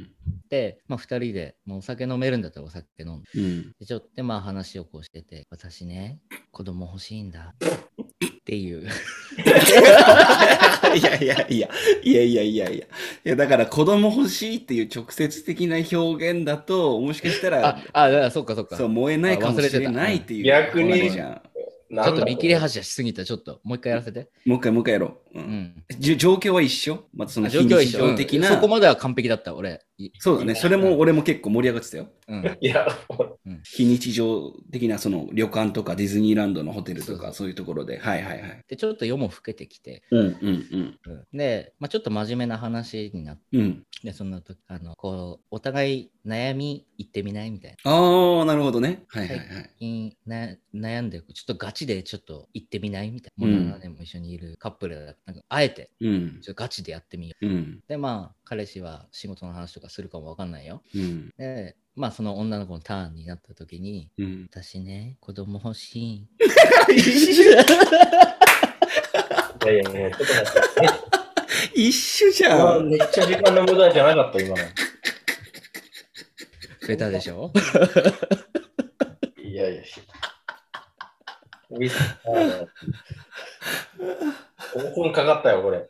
Speaker 1: ん、
Speaker 3: て、まあ、2人で、もうお酒飲めるんだったらお酒飲んで、
Speaker 1: うん。
Speaker 3: でちょっとでまあ話をこうしてて、私ね、子供欲しいんだ。っ
Speaker 1: [laughs]
Speaker 3: ていう。
Speaker 1: いやいやいや、いやいやいやいや。いや、だから子供欲しいっていう直接的な表現だと、もしかした
Speaker 3: あ
Speaker 1: ら、、
Speaker 3: あ、だからそうかそうか。
Speaker 1: そう、燃えないかもしれないっていう。
Speaker 2: あ忘れてたうん
Speaker 1: 怖いじゃん。
Speaker 3: ち
Speaker 2: ち
Speaker 3: ょっと見切れ端しすぎた、ちょっと。もう一回やらせて。
Speaker 1: もう一回、もう一回やろう。う
Speaker 3: うんん。
Speaker 1: じゅ状況は一緒またその非
Speaker 3: 状況は
Speaker 1: 日
Speaker 3: 一緒。
Speaker 1: 常的な、
Speaker 3: うんそこまでは完璧だった、俺。い
Speaker 1: そうだね。それも俺も結構盛り上がってたよ。 [laughs]
Speaker 3: うん。
Speaker 2: いや、もう
Speaker 1: 非日常的なその旅館とかディズニーランドのホテルと
Speaker 3: そうそ
Speaker 1: か
Speaker 3: う
Speaker 1: そういうところで。はいはいはい。
Speaker 3: で、ちょっと夜も更けてきて、
Speaker 1: うんうん
Speaker 3: で、まあ、ちょっと真面目な話になって、
Speaker 1: うん。うん。
Speaker 3: でその時、あの、こう、お互い悩み言ってみないみたいな。
Speaker 1: ああ、なるほどね。はいはいは
Speaker 3: 最
Speaker 1: い。
Speaker 3: 近な悩んでる、ちょっとガチでちょっと言ってみないみたいな。
Speaker 1: う
Speaker 3: も
Speaker 1: ん
Speaker 3: う7年も一緒にいるカップルだったなんかあえて、
Speaker 1: うん。
Speaker 3: ちょっとガチでやってみよ
Speaker 1: うん。
Speaker 3: う。で、まあ、彼氏は仕事の話とかするかもわかんないよ。 [laughs]
Speaker 1: うん。
Speaker 3: で、まあ、その女の子のターンになった時に、
Speaker 1: うん。
Speaker 3: 私ね、子供欲しい。
Speaker 2: いやいやいや、ちょっと待って。
Speaker 1: 一緒じ
Speaker 2: う
Speaker 1: ゃ
Speaker 2: わ
Speaker 1: ん。
Speaker 2: めっちゃ時間の無駄じゃなかった、今の。
Speaker 3: ベタでしょ
Speaker 2: いやいや。ミスあー5分かかったよ、これ。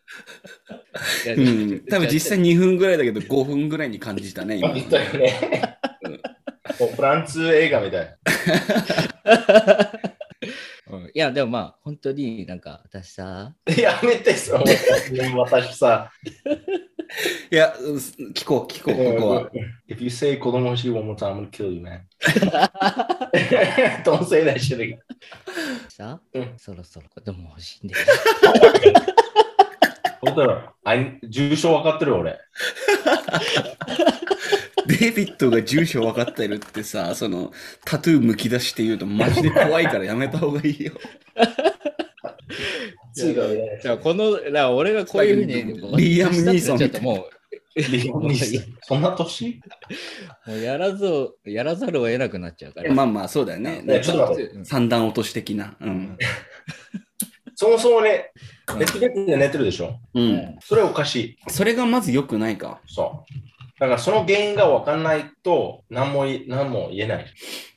Speaker 1: うん、多分実
Speaker 3: 際
Speaker 1: 際2分ぐらいだけど5分ぐらいに感じたね、今。
Speaker 2: 言ったよね。もうフランス映画みたい。
Speaker 3: うんいや、でもまあ、本当になんか、私さ、
Speaker 2: やめて、そう。私さ。
Speaker 1: いや、うん聞こう、聞こう、ここは。
Speaker 2: If you say 子供欲しい one more time, I'm gonna kill you, man. Don't say that shit again.
Speaker 3: さ、
Speaker 2: うん
Speaker 3: そろそろ子供欲しいんだよ。
Speaker 2: 本当だろ。あい重症わかってるよ俺。
Speaker 1: デイビッドが住所分かってるってさ、そのタトゥーむき出して言うとマジで怖いからやめた方がいいよ。
Speaker 2: 違うね。
Speaker 3: じゃあ、この、だから俺がこういうふうにこう、
Speaker 1: リアムニーソン
Speaker 3: ちょっとも
Speaker 2: リオンにしてそんな年
Speaker 3: う、もうやらず、やらざるを得なくなっちゃうから。
Speaker 1: まあまあ、そうだよね。
Speaker 2: ねちょっと待って
Speaker 3: うん
Speaker 1: 三段落とし的な。うん。
Speaker 2: そもそもね、
Speaker 3: うん
Speaker 2: ネットゲームで寝てるでしょ。
Speaker 1: うん。
Speaker 2: それおかしい。
Speaker 1: それがまず良くないか。
Speaker 2: そう。だからその原因が分かんないと何もい何も言えない。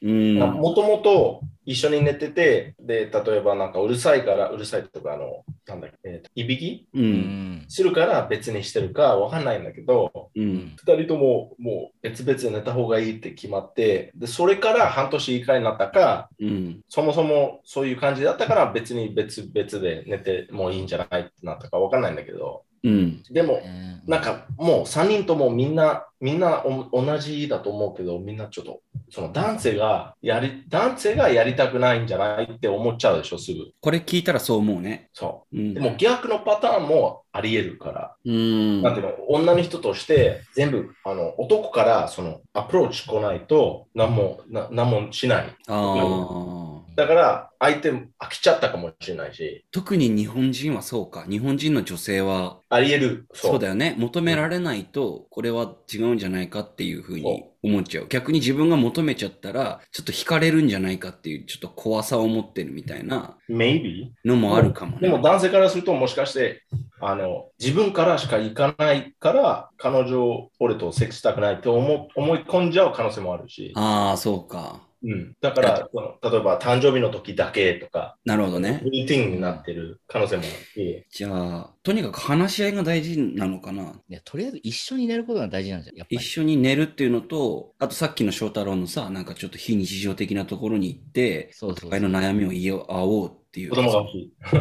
Speaker 1: うん。
Speaker 2: もともと一緒に寝てて、で、例えばなんかうるさいから、うるさいとか、あの、なんだっけ、えーといびき
Speaker 1: う。
Speaker 3: うんん。
Speaker 2: するから別にしてるか分かんないんだけど、
Speaker 1: う。
Speaker 3: うんん。
Speaker 2: 二人とももう別々に寝た方がいいって決まって、で、それから半年以下になったか、
Speaker 1: うん。
Speaker 2: そもそもそういう感じだったから別に別々で寝てもいいんじゃないってなったか分かんないんだけど、
Speaker 1: うん。
Speaker 2: でも、
Speaker 3: ね
Speaker 2: なんかもう3人ともみんな、みんなお同じだと思うけど、みんなちょっと、その男性がやり、男性がやりたくないんじゃないって思っちゃうでしょ、すぐ。
Speaker 1: これ聞いたらそう思うね。
Speaker 2: そうう。
Speaker 1: ん
Speaker 2: で。も逆のパターンもあり得るから、
Speaker 1: うん。
Speaker 2: なんていうの、女の人として全部、あの、男からそのアプローチ来ないと、何も、な何もしない。
Speaker 1: ああ。
Speaker 2: だから、相手も飽きちゃったかもしれないし、
Speaker 1: 特に日本人はそうか。日本人の女性は、
Speaker 2: あり得る。
Speaker 1: そうだ
Speaker 2: よ。
Speaker 1: よね。求められないと、これは違うんじゃないかっていうふうに
Speaker 2: そ
Speaker 1: 思っちゃう。逆に自分が求めちゃったら、ちょっと惹かれるんじゃないかっていう、ちょっと怖さを持ってるみたいな
Speaker 2: Maybe?
Speaker 1: のもあるかもね。
Speaker 2: でも男性からするともしかしてあの自分からしか行かないから彼女俺とセックスしたくないって思思い込んじゃう可能性もあるし、
Speaker 1: ああ、そうか。
Speaker 2: うん、だからその例えば誕生日の時だけとか
Speaker 1: なるほどね。
Speaker 2: ミーティングになってる可能性もあるし
Speaker 1: じゃあ、とにかく話し合いが大事なのかな。
Speaker 3: いやとりあえず一緒に寝ることが大事なんじゃん。やっぱり
Speaker 1: 一緒に寝るっていうのと、あとさっきの翔太郎のさ、なんかちょっと非日常的なところに行って、
Speaker 3: そうそうそう
Speaker 1: お互いの悩みを言い合おうっていう。
Speaker 2: 子供が欲しい
Speaker 3: [laughs]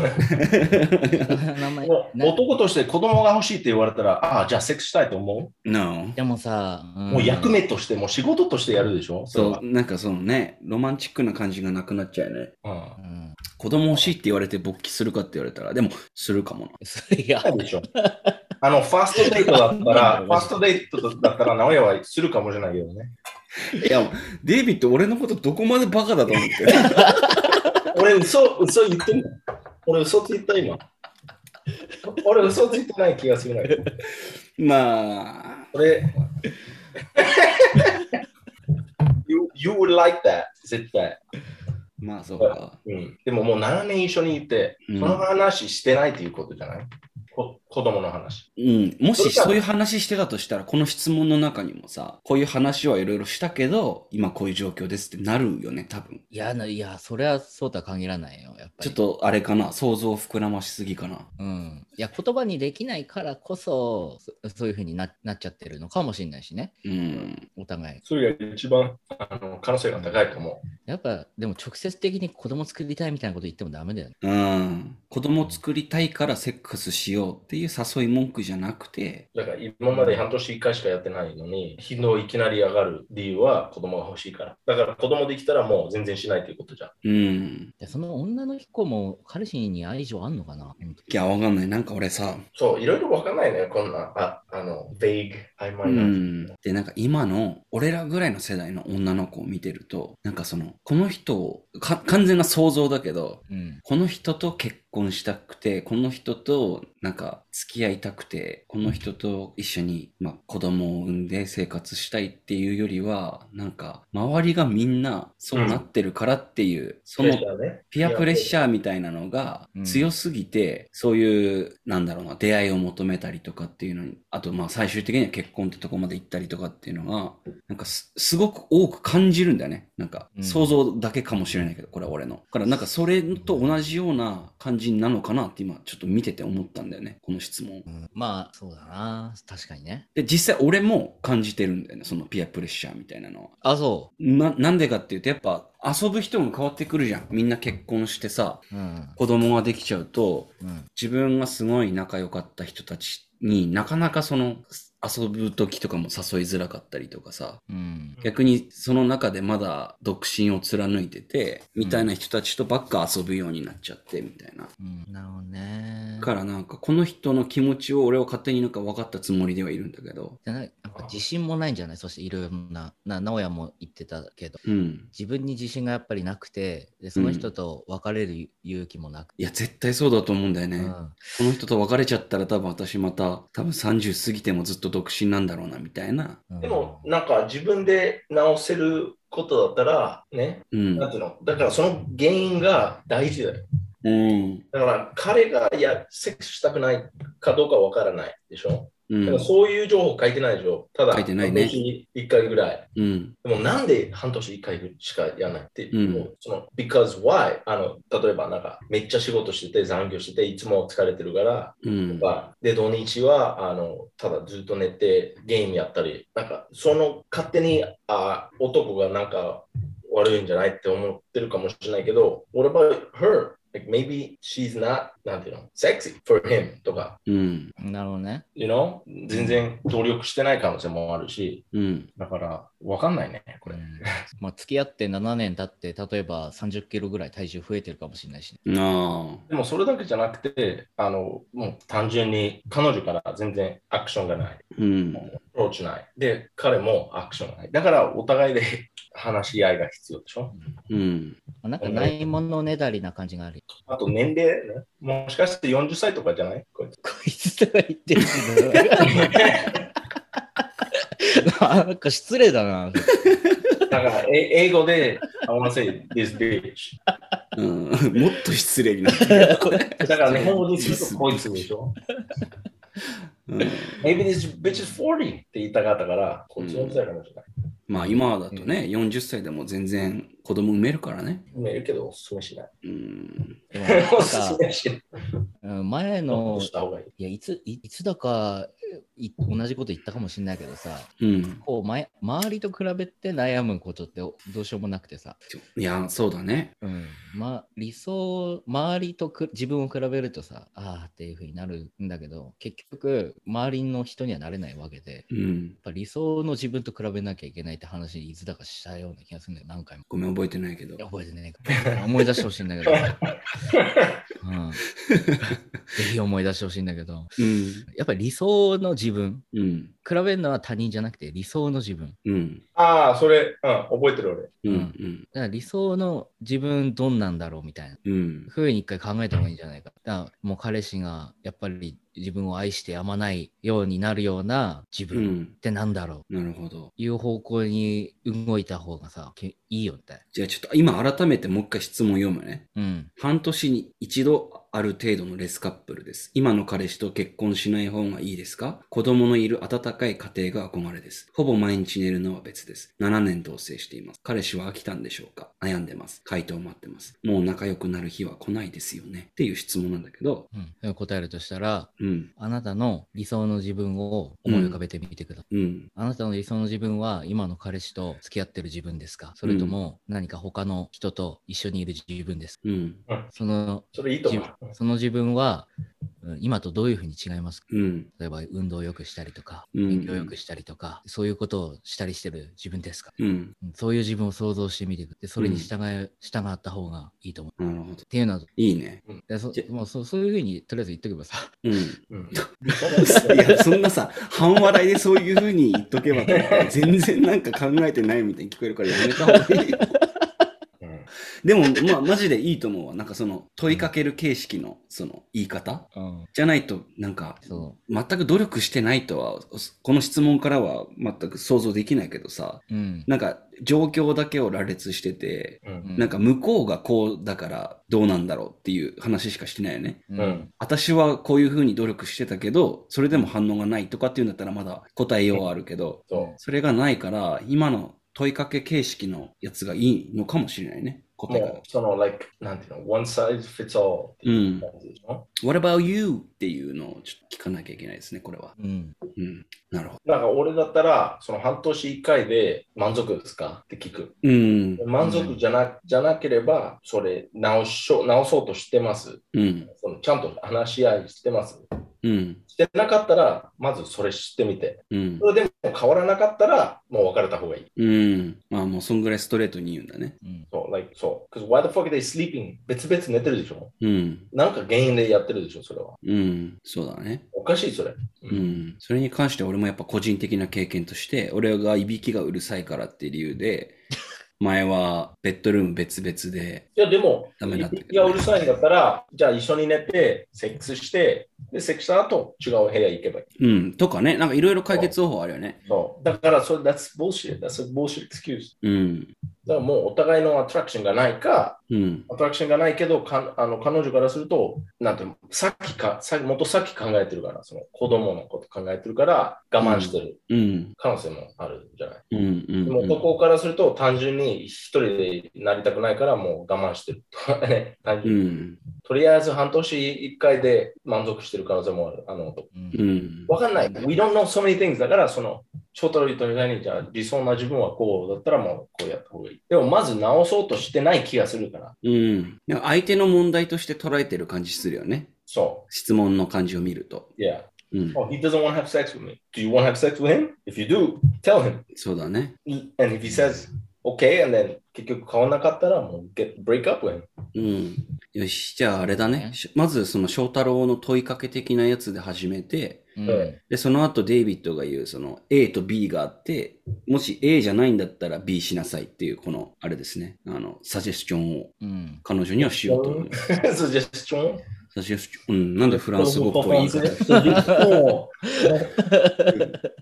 Speaker 3: 名前
Speaker 2: でも
Speaker 3: な
Speaker 2: 男として子供が欲しいって言われたらああじゃあセックスしたいと思
Speaker 1: [laughs] No.
Speaker 3: でもさ、
Speaker 2: う、
Speaker 3: ん
Speaker 2: もう役目としてもう仕事としてやるでしょれ
Speaker 1: そ
Speaker 2: は
Speaker 1: う、なんかそのね、ロマンチックな感じがなくなっちゃうよね。
Speaker 2: うん
Speaker 3: うん
Speaker 1: 子供欲しいって言われて勃起するかって言われたら、でも、するかもな。
Speaker 3: それが
Speaker 2: ないでしょ。あの、ファーストデートだったら、ファーストデートだったら、直哉はするかもしれないけどね。
Speaker 1: いや、デイビッド、俺のことどこまでバカだと思ってる
Speaker 2: 俺、嘘、嘘言ってんの俺、嘘ついた今。俺、嘘ついてない気がするな。
Speaker 1: まあ、
Speaker 2: 俺、you, you would like that, 絶対。
Speaker 1: まあそうか。
Speaker 2: うん、でももう7年一緒にいて、
Speaker 1: うん
Speaker 2: その話してないということじゃない、こ子供の話。
Speaker 1: うん、もし
Speaker 2: それか
Speaker 1: そういう話してたとしたら、この質問の中にもさ、こういう話はいろいろしたけど、今こういう状況ですってなるよね、多分。
Speaker 3: いやないや、それはそうとは限らないよ。やっぱ
Speaker 1: ち
Speaker 3: り
Speaker 1: ょっとあれかな、想像膨らましすぎかな。
Speaker 3: うん、いや言葉にできないからこそそそういうふうにななっちゃってるのかもしれないしね
Speaker 1: うん。
Speaker 3: お互い
Speaker 2: それが一番あの可能性が高いと思う。
Speaker 3: やっぱでも直接的に子供作りたいみたいなこと言ってもダメだよね
Speaker 1: うん。子供作りたいからセックスしようっていう誘い文句じゃなくて、
Speaker 2: だから今まで半年1回しかやってないのに、頻度をいきなり上がる理由は子供が欲しいから。だから子供できたらもう全然しないということじゃん。
Speaker 1: うん。
Speaker 3: でその女の子も彼氏に愛情あんのかな、うん
Speaker 1: いや、わかんない。なんか俺さ、
Speaker 2: そう、いろいろわかんないね、こんな、あ、あの、vague、曖
Speaker 1: う
Speaker 2: 昧な。
Speaker 1: ん。で、なんか今の、俺らぐらいの世代の女の子を見てると、なんかその、この人を、か完全な想像だけど、
Speaker 3: うん
Speaker 1: この人と結婚したくて、この人となんか付き合いたくて、この人と一緒に、まあ、子供を産んで生活したいっていうよりは、なんか周りがみんなそうなってるからっていう、そ
Speaker 2: プレ
Speaker 1: の
Speaker 2: ッシャーね。
Speaker 1: ピアプレッシャーみたいなのが
Speaker 3: うん
Speaker 1: 強すぎて、そういう、なんだろうな、出会いを求めたりとかっていうのに、あとまあ最終的には結婚ってとこまで行ったりとかっていうのが、なんかすすごく多く感じるんだよね。なんか
Speaker 3: うん
Speaker 1: 想像だけかもしれないけど、これは俺の。だからなんかそれと同じような感じなのかなって今ちょっと見てて思ったんだよね、この質問
Speaker 3: う。んまあそうだな確かにね
Speaker 1: で、実際俺も感じてるんだよね、そのピアプレッシャーみたいなのは。
Speaker 3: あそ
Speaker 1: な、なんでかっていうとやっぱ遊ぶ人も変わってくるじゃん。みんな結婚してさ、
Speaker 3: ううん
Speaker 1: 子供ができちゃうと、
Speaker 3: うん
Speaker 1: 自分がすごい仲良かった人たちになかなかその遊ぶ時とかも誘いづらかったりとかさ
Speaker 3: うん
Speaker 1: 逆にその中でまだ独身を貫いててみたいな人たちとばっか遊ぶようになっちゃってみたいな。
Speaker 3: うんなるほどね
Speaker 1: だからなんかこの人の気持ちを俺は勝手になんか分かったつもりではいるんだけど、
Speaker 3: じゃないやっぱ自信もないんじゃないそしていろいろなな直哉も言ってたけど
Speaker 1: うん。
Speaker 3: 自分に自信がやっぱりなくてでその人と別れる勇気もなく、
Speaker 1: いや絶対そうだと思うんだよね。
Speaker 3: うん
Speaker 1: この人と別れちゃったら多分私また多分30過ぎてもずっと独身なんだろうなみたいな。
Speaker 3: うん
Speaker 2: でも、なんか自分で直せることだったら、ね、
Speaker 1: うん。
Speaker 2: なんていうの、だからその原因が大事だよ。
Speaker 1: うん。
Speaker 2: だから彼がいやセックスしたくないかどうかわからないでしょ、
Speaker 1: う
Speaker 2: だ
Speaker 1: ん
Speaker 2: から。そういう情報書いてないでしょただ
Speaker 1: 書いてないね
Speaker 2: 半年に1回ぐらい
Speaker 1: うん。
Speaker 2: でもなんで半年1回しかやらないって、
Speaker 1: うん
Speaker 2: もうその because why あの例えばなんかめっちゃ仕事してて残業してていつも疲れてるから
Speaker 1: うん。
Speaker 2: まあで土日はあのただずっと寝てゲームやったりなんかその勝手にあ男がなんか悪いんじゃないって思ってるかもしれないけど What about her? Like maybe she's not なんていうの sexy for him とか
Speaker 1: うん。
Speaker 3: なるほどね。
Speaker 2: you know 全然努力してない可能性もあるし
Speaker 1: うん。
Speaker 2: だからわかんないねこれ
Speaker 3: うんまあ、付き合って7年経って、例えば30キロぐらい体重増えてるかもしれないし、ね、
Speaker 1: あ
Speaker 2: でもそれだけじゃなくてあのもう単純に彼女から全然アクションがない
Speaker 1: あ。うん。
Speaker 2: アプローチない。で、彼もアクションがない。だから、お互いで [laughs] 話し合いが必要でしょ。
Speaker 1: うん。
Speaker 3: まあなんかないものねだりな感じがある。
Speaker 2: あと、年齢ね。もしかして40歳とかじゃないこいつ
Speaker 3: こいつとか言ってる [laughs] のなんか失礼
Speaker 2: [laughs]
Speaker 3: だな。
Speaker 2: だから、え英語で、I wanna say this bitch。 [laughs]
Speaker 1: うん。もっと失礼になってる。
Speaker 2: だから、日本語にするとこいつでしょ。
Speaker 1: うん。
Speaker 2: Maybe this bitch is 40って言いたかったから、こいつ40歳かもしれない。
Speaker 1: まあ今だとね、40歳でも全然子供産めるからね。
Speaker 2: 埋めるけど、おすすめしない。
Speaker 1: うん。
Speaker 3: でもなん
Speaker 2: おすす
Speaker 3: か
Speaker 2: めしない。
Speaker 3: うん前の
Speaker 2: した方がいい。
Speaker 3: いやいついいつだかい同じこと言ったかもしれないけどさ
Speaker 1: うん。
Speaker 3: こう前周りと比べて悩むことってどうしようもなくてさ、
Speaker 1: いや、そうだね。
Speaker 3: うんま、理想周りとく自分を比べるとさああっていうふうになるんだけど結局周りの人にはなれないわけでやっ
Speaker 1: うん。
Speaker 3: ぱ理想の自分と比べなきゃいけないって話いつだかしたような気がするんだよ何回も。
Speaker 1: ごめん、覚えてないけど
Speaker 3: いや。覚えてねえから思い出してほしいんだけど、うん、ぜひ思い出してほしいんだけど
Speaker 1: うん。
Speaker 3: やっぱり理想の自分
Speaker 1: うん。
Speaker 3: 比べるのは他人じゃなくて理想の自分。
Speaker 1: うん。
Speaker 2: ああ、それ、うん、覚えてる俺。
Speaker 1: うん。うん。
Speaker 3: だから理想の自分どんなんだろうみたいな
Speaker 1: うん。
Speaker 3: 風に一回考えた方がいいんじゃないか。だからもう彼氏がやっぱり自分を愛してやまないようになるような自
Speaker 1: う
Speaker 3: 分っ
Speaker 1: ん。
Speaker 3: てなんだろう、
Speaker 1: なるほど。
Speaker 3: いう方向に動いた方がさ、けいいよみたい
Speaker 1: じゃあちょっと今改めてもう一回質問読むね。
Speaker 3: な。うん。
Speaker 1: 半年に一度ある程度のレスカップルです。今の彼氏と結婚しない方がいいですか子供のいる温かい家庭が憧れです。ほぼ毎日寝るのは別です。7年同棲しています。彼氏は飽きたんでしょうか悩んでます。回答を待ってます。もう仲良くなる日は来ないですよね。っていう質問なんだけど、
Speaker 3: うん、答えるとしたら、
Speaker 1: うん、
Speaker 3: あなたの理想の自分を思い浮かべてみてください。
Speaker 1: うん、
Speaker 3: あなたの理想の自分は今の彼氏と付き合ってる自分ですかそれとも何か他の人と一緒にいる自分ですか
Speaker 1: うん、
Speaker 3: その
Speaker 2: それいいと思う。
Speaker 3: その自分はうん今とどういうふうに違いますか
Speaker 1: うん、
Speaker 3: 例えば運動をよくしたりとか、
Speaker 1: うん
Speaker 3: 勉強をよくしたりとか、そういうことをしたりしてる自分ですか
Speaker 1: うん。
Speaker 3: うんそういう自分を想像してみてくでそれに従え、従った方がいいと思う。っ
Speaker 1: なるほど。
Speaker 3: ていうのは、
Speaker 1: いいね。
Speaker 3: でそ
Speaker 1: じゃ
Speaker 3: もうそそういうふうにとりあえず言っとけばさ、
Speaker 1: うん。い
Speaker 2: うん、
Speaker 1: や、そんなさ、半笑いでそういう風に言っとけばと思って、全然なんか考えてないみたいに聞こえるからやめた方がいいよ。
Speaker 2: うん
Speaker 1: でも、まあ、マジでいいと思うわ。なんかその、問いかける形式の、その、言い方
Speaker 3: うん、
Speaker 1: じゃないと、なんか、
Speaker 3: そ
Speaker 1: 全く努力してないとは、この質問からは全く想像できないけどさ、
Speaker 3: う。うん。
Speaker 1: なんか、状況だけを羅列してて、
Speaker 2: うん
Speaker 3: うん
Speaker 1: なんか、向こうがこうだからどうなんだろうっていう話しかしてないよね。
Speaker 3: う
Speaker 2: うんん。
Speaker 1: 私はこういうふうに努力してたけど、それでも反応がないとかっていうんだったらまだ答えようはあるけど、
Speaker 2: そ
Speaker 1: それがないから、今の問いかけ形式のやつがいいのかもしれないね。
Speaker 2: う。
Speaker 1: 答えが
Speaker 2: もう、。その、like、なんていうの、one size fits all って
Speaker 1: う。
Speaker 2: いうん感じでしょ。
Speaker 1: What about you? っていうのをちょっと聞かなきゃいけないですね、これは。
Speaker 3: うん。
Speaker 1: うん。なるほど。
Speaker 2: だから俺だったら、その半年1回で満足ですかって聞く。
Speaker 1: うん。
Speaker 2: 満足じゃなじゃなければ、それ直しょ直そうとしてます
Speaker 1: うん。
Speaker 2: その。ちゃんと話し合いしてます。
Speaker 1: うん。
Speaker 2: してなかったら、まずそれ知ってみて。
Speaker 1: うん
Speaker 2: そ。れでも変わらなかったら、もう別れた方がいい。
Speaker 1: うん。まあもうそんぐらいストレートに言うんだね。
Speaker 3: うん。
Speaker 2: そう、like、そう。Because why the fuck are they sleeping? 別々寝てるでしょ
Speaker 1: うん。
Speaker 2: なんか原因でやってるでしょそれは。
Speaker 1: うん。そうだね。
Speaker 2: おかしい、それ。う
Speaker 1: う。ん。それに関して俺もやっぱ個人的な経験として、俺がいびきがうるさいからっていう理由で、前はベッドルーム別々で、
Speaker 2: いや、でも、
Speaker 1: ダメだって
Speaker 2: いや、うるさいんだったら、じゃあ一緒に寝て、セックスして、で、セックスした後、違う部屋行けばいい。
Speaker 1: うん。とかね、なんかいろいろ解決方法あるよね。
Speaker 2: そう。だから、それ、that's bullshit. That's a bullshit excuse.
Speaker 1: うん。
Speaker 2: だからもうお互いのアトラクションがないか、
Speaker 1: うん。
Speaker 2: アトラクションがないけど、かあの彼女からすると、なんていうのさっきか、さもっとさっき考えてるから、その子供のこと考えてるから、我慢してる
Speaker 1: うん。
Speaker 2: 可能性もあるじゃない。
Speaker 1: うん。うん
Speaker 2: でも男からすると、単純に一人でなりたくないから、もう我慢してる。ね単
Speaker 1: う
Speaker 2: 純に
Speaker 1: ん。
Speaker 2: とりあえず半年一回で満足してる可能性もある。あの
Speaker 3: うん
Speaker 1: うん。
Speaker 2: わかんない。We don't know so many things だから、その、翔太郎とみたいに、じゃあ理想な自分はこうだったらもうこうやった方がいい。でも、まず直そうとしてない気がするから。
Speaker 1: うん。なんか相手の問題として捉えてる感じするよね。
Speaker 2: そ
Speaker 1: 質問の感じを見ると。
Speaker 2: う。Yeah.
Speaker 1: うん。
Speaker 2: Oh, he doesn't want to have sex with me. Do you want to have sex with him? If you do, tell him.
Speaker 1: そうだね。
Speaker 2: And if he says, okay, and then 結局変わんなかったら、もう get break up with him. [laughs]
Speaker 1: うん。よし、じゃああれだね
Speaker 3: ね。
Speaker 1: しまずその翔太郎の問いかけ的なやつで始めて、
Speaker 3: うん
Speaker 2: うん
Speaker 1: で、その後デイビッドが言うその A と B があって、もし A じゃないんだったら B しなさいっていうこの、あれですね、あの、サジェスチョンを
Speaker 3: うん
Speaker 1: 彼女にはしようと思う。
Speaker 2: Suggestion?
Speaker 1: サジェスチョン、うん、なんでフランス語っぽい言
Speaker 2: [laughs]
Speaker 1: い方
Speaker 2: Suggestion.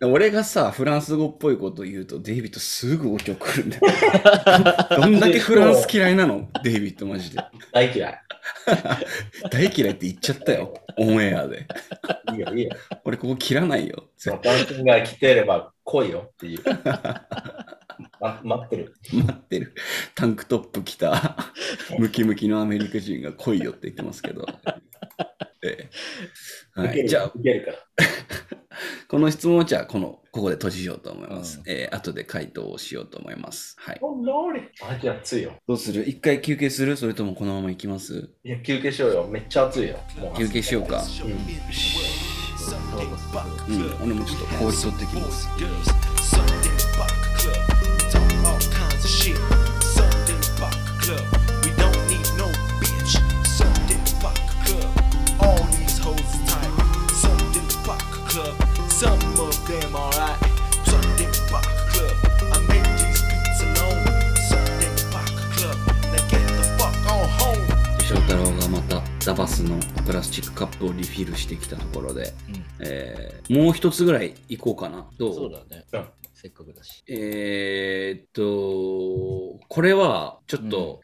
Speaker 1: 俺がさ、フランス語っぽいこと言うと、デイビッドすぐお経来
Speaker 2: [laughs]
Speaker 1: るんだよ。どんだけフランス嫌いなのデイビッドマジで。
Speaker 2: [laughs] 大嫌い。
Speaker 1: 大嫌いって言っちゃったよ。オンエアで。
Speaker 2: いいよ、いいよ。
Speaker 1: 俺ここ切らないよ。
Speaker 2: [laughs] まあ番組が来てれば来いよっ
Speaker 1: [laughs]
Speaker 2: ていう。ま、待ってる。
Speaker 1: 待ってる。タンクトップ着たムキムキのアメリカ人が来いよって言ってますけど。ええは
Speaker 2: 受け
Speaker 1: い、
Speaker 2: る
Speaker 1: じゃあ、
Speaker 2: 受けるから。
Speaker 1: この質問をじゃあこの、ここで閉じようと思います。
Speaker 3: うん
Speaker 1: えー後で回答をしようと思います。はい。
Speaker 2: Oh, Lord. マジ暑いよ。
Speaker 1: どうする一回休憩するそれともこのまま行きます
Speaker 2: いや、休憩しようよ。めっちゃ暑いよ。もう
Speaker 1: 休憩しようか。うん、俺もちょっと氷取ってきます。
Speaker 4: Some of them alright. Sunday Rock Club. I make these beats alone. Sunday Rock Club. Now get the fuck on home.
Speaker 1: 翔太郎がまたダバスのプラスチックカップをリフィルしてきたところで、
Speaker 3: うん
Speaker 1: えーもう一つぐらい行こうかな。どう
Speaker 3: そうだね
Speaker 2: うん。
Speaker 3: せっかくだし。
Speaker 1: えーっと、これはちょっと、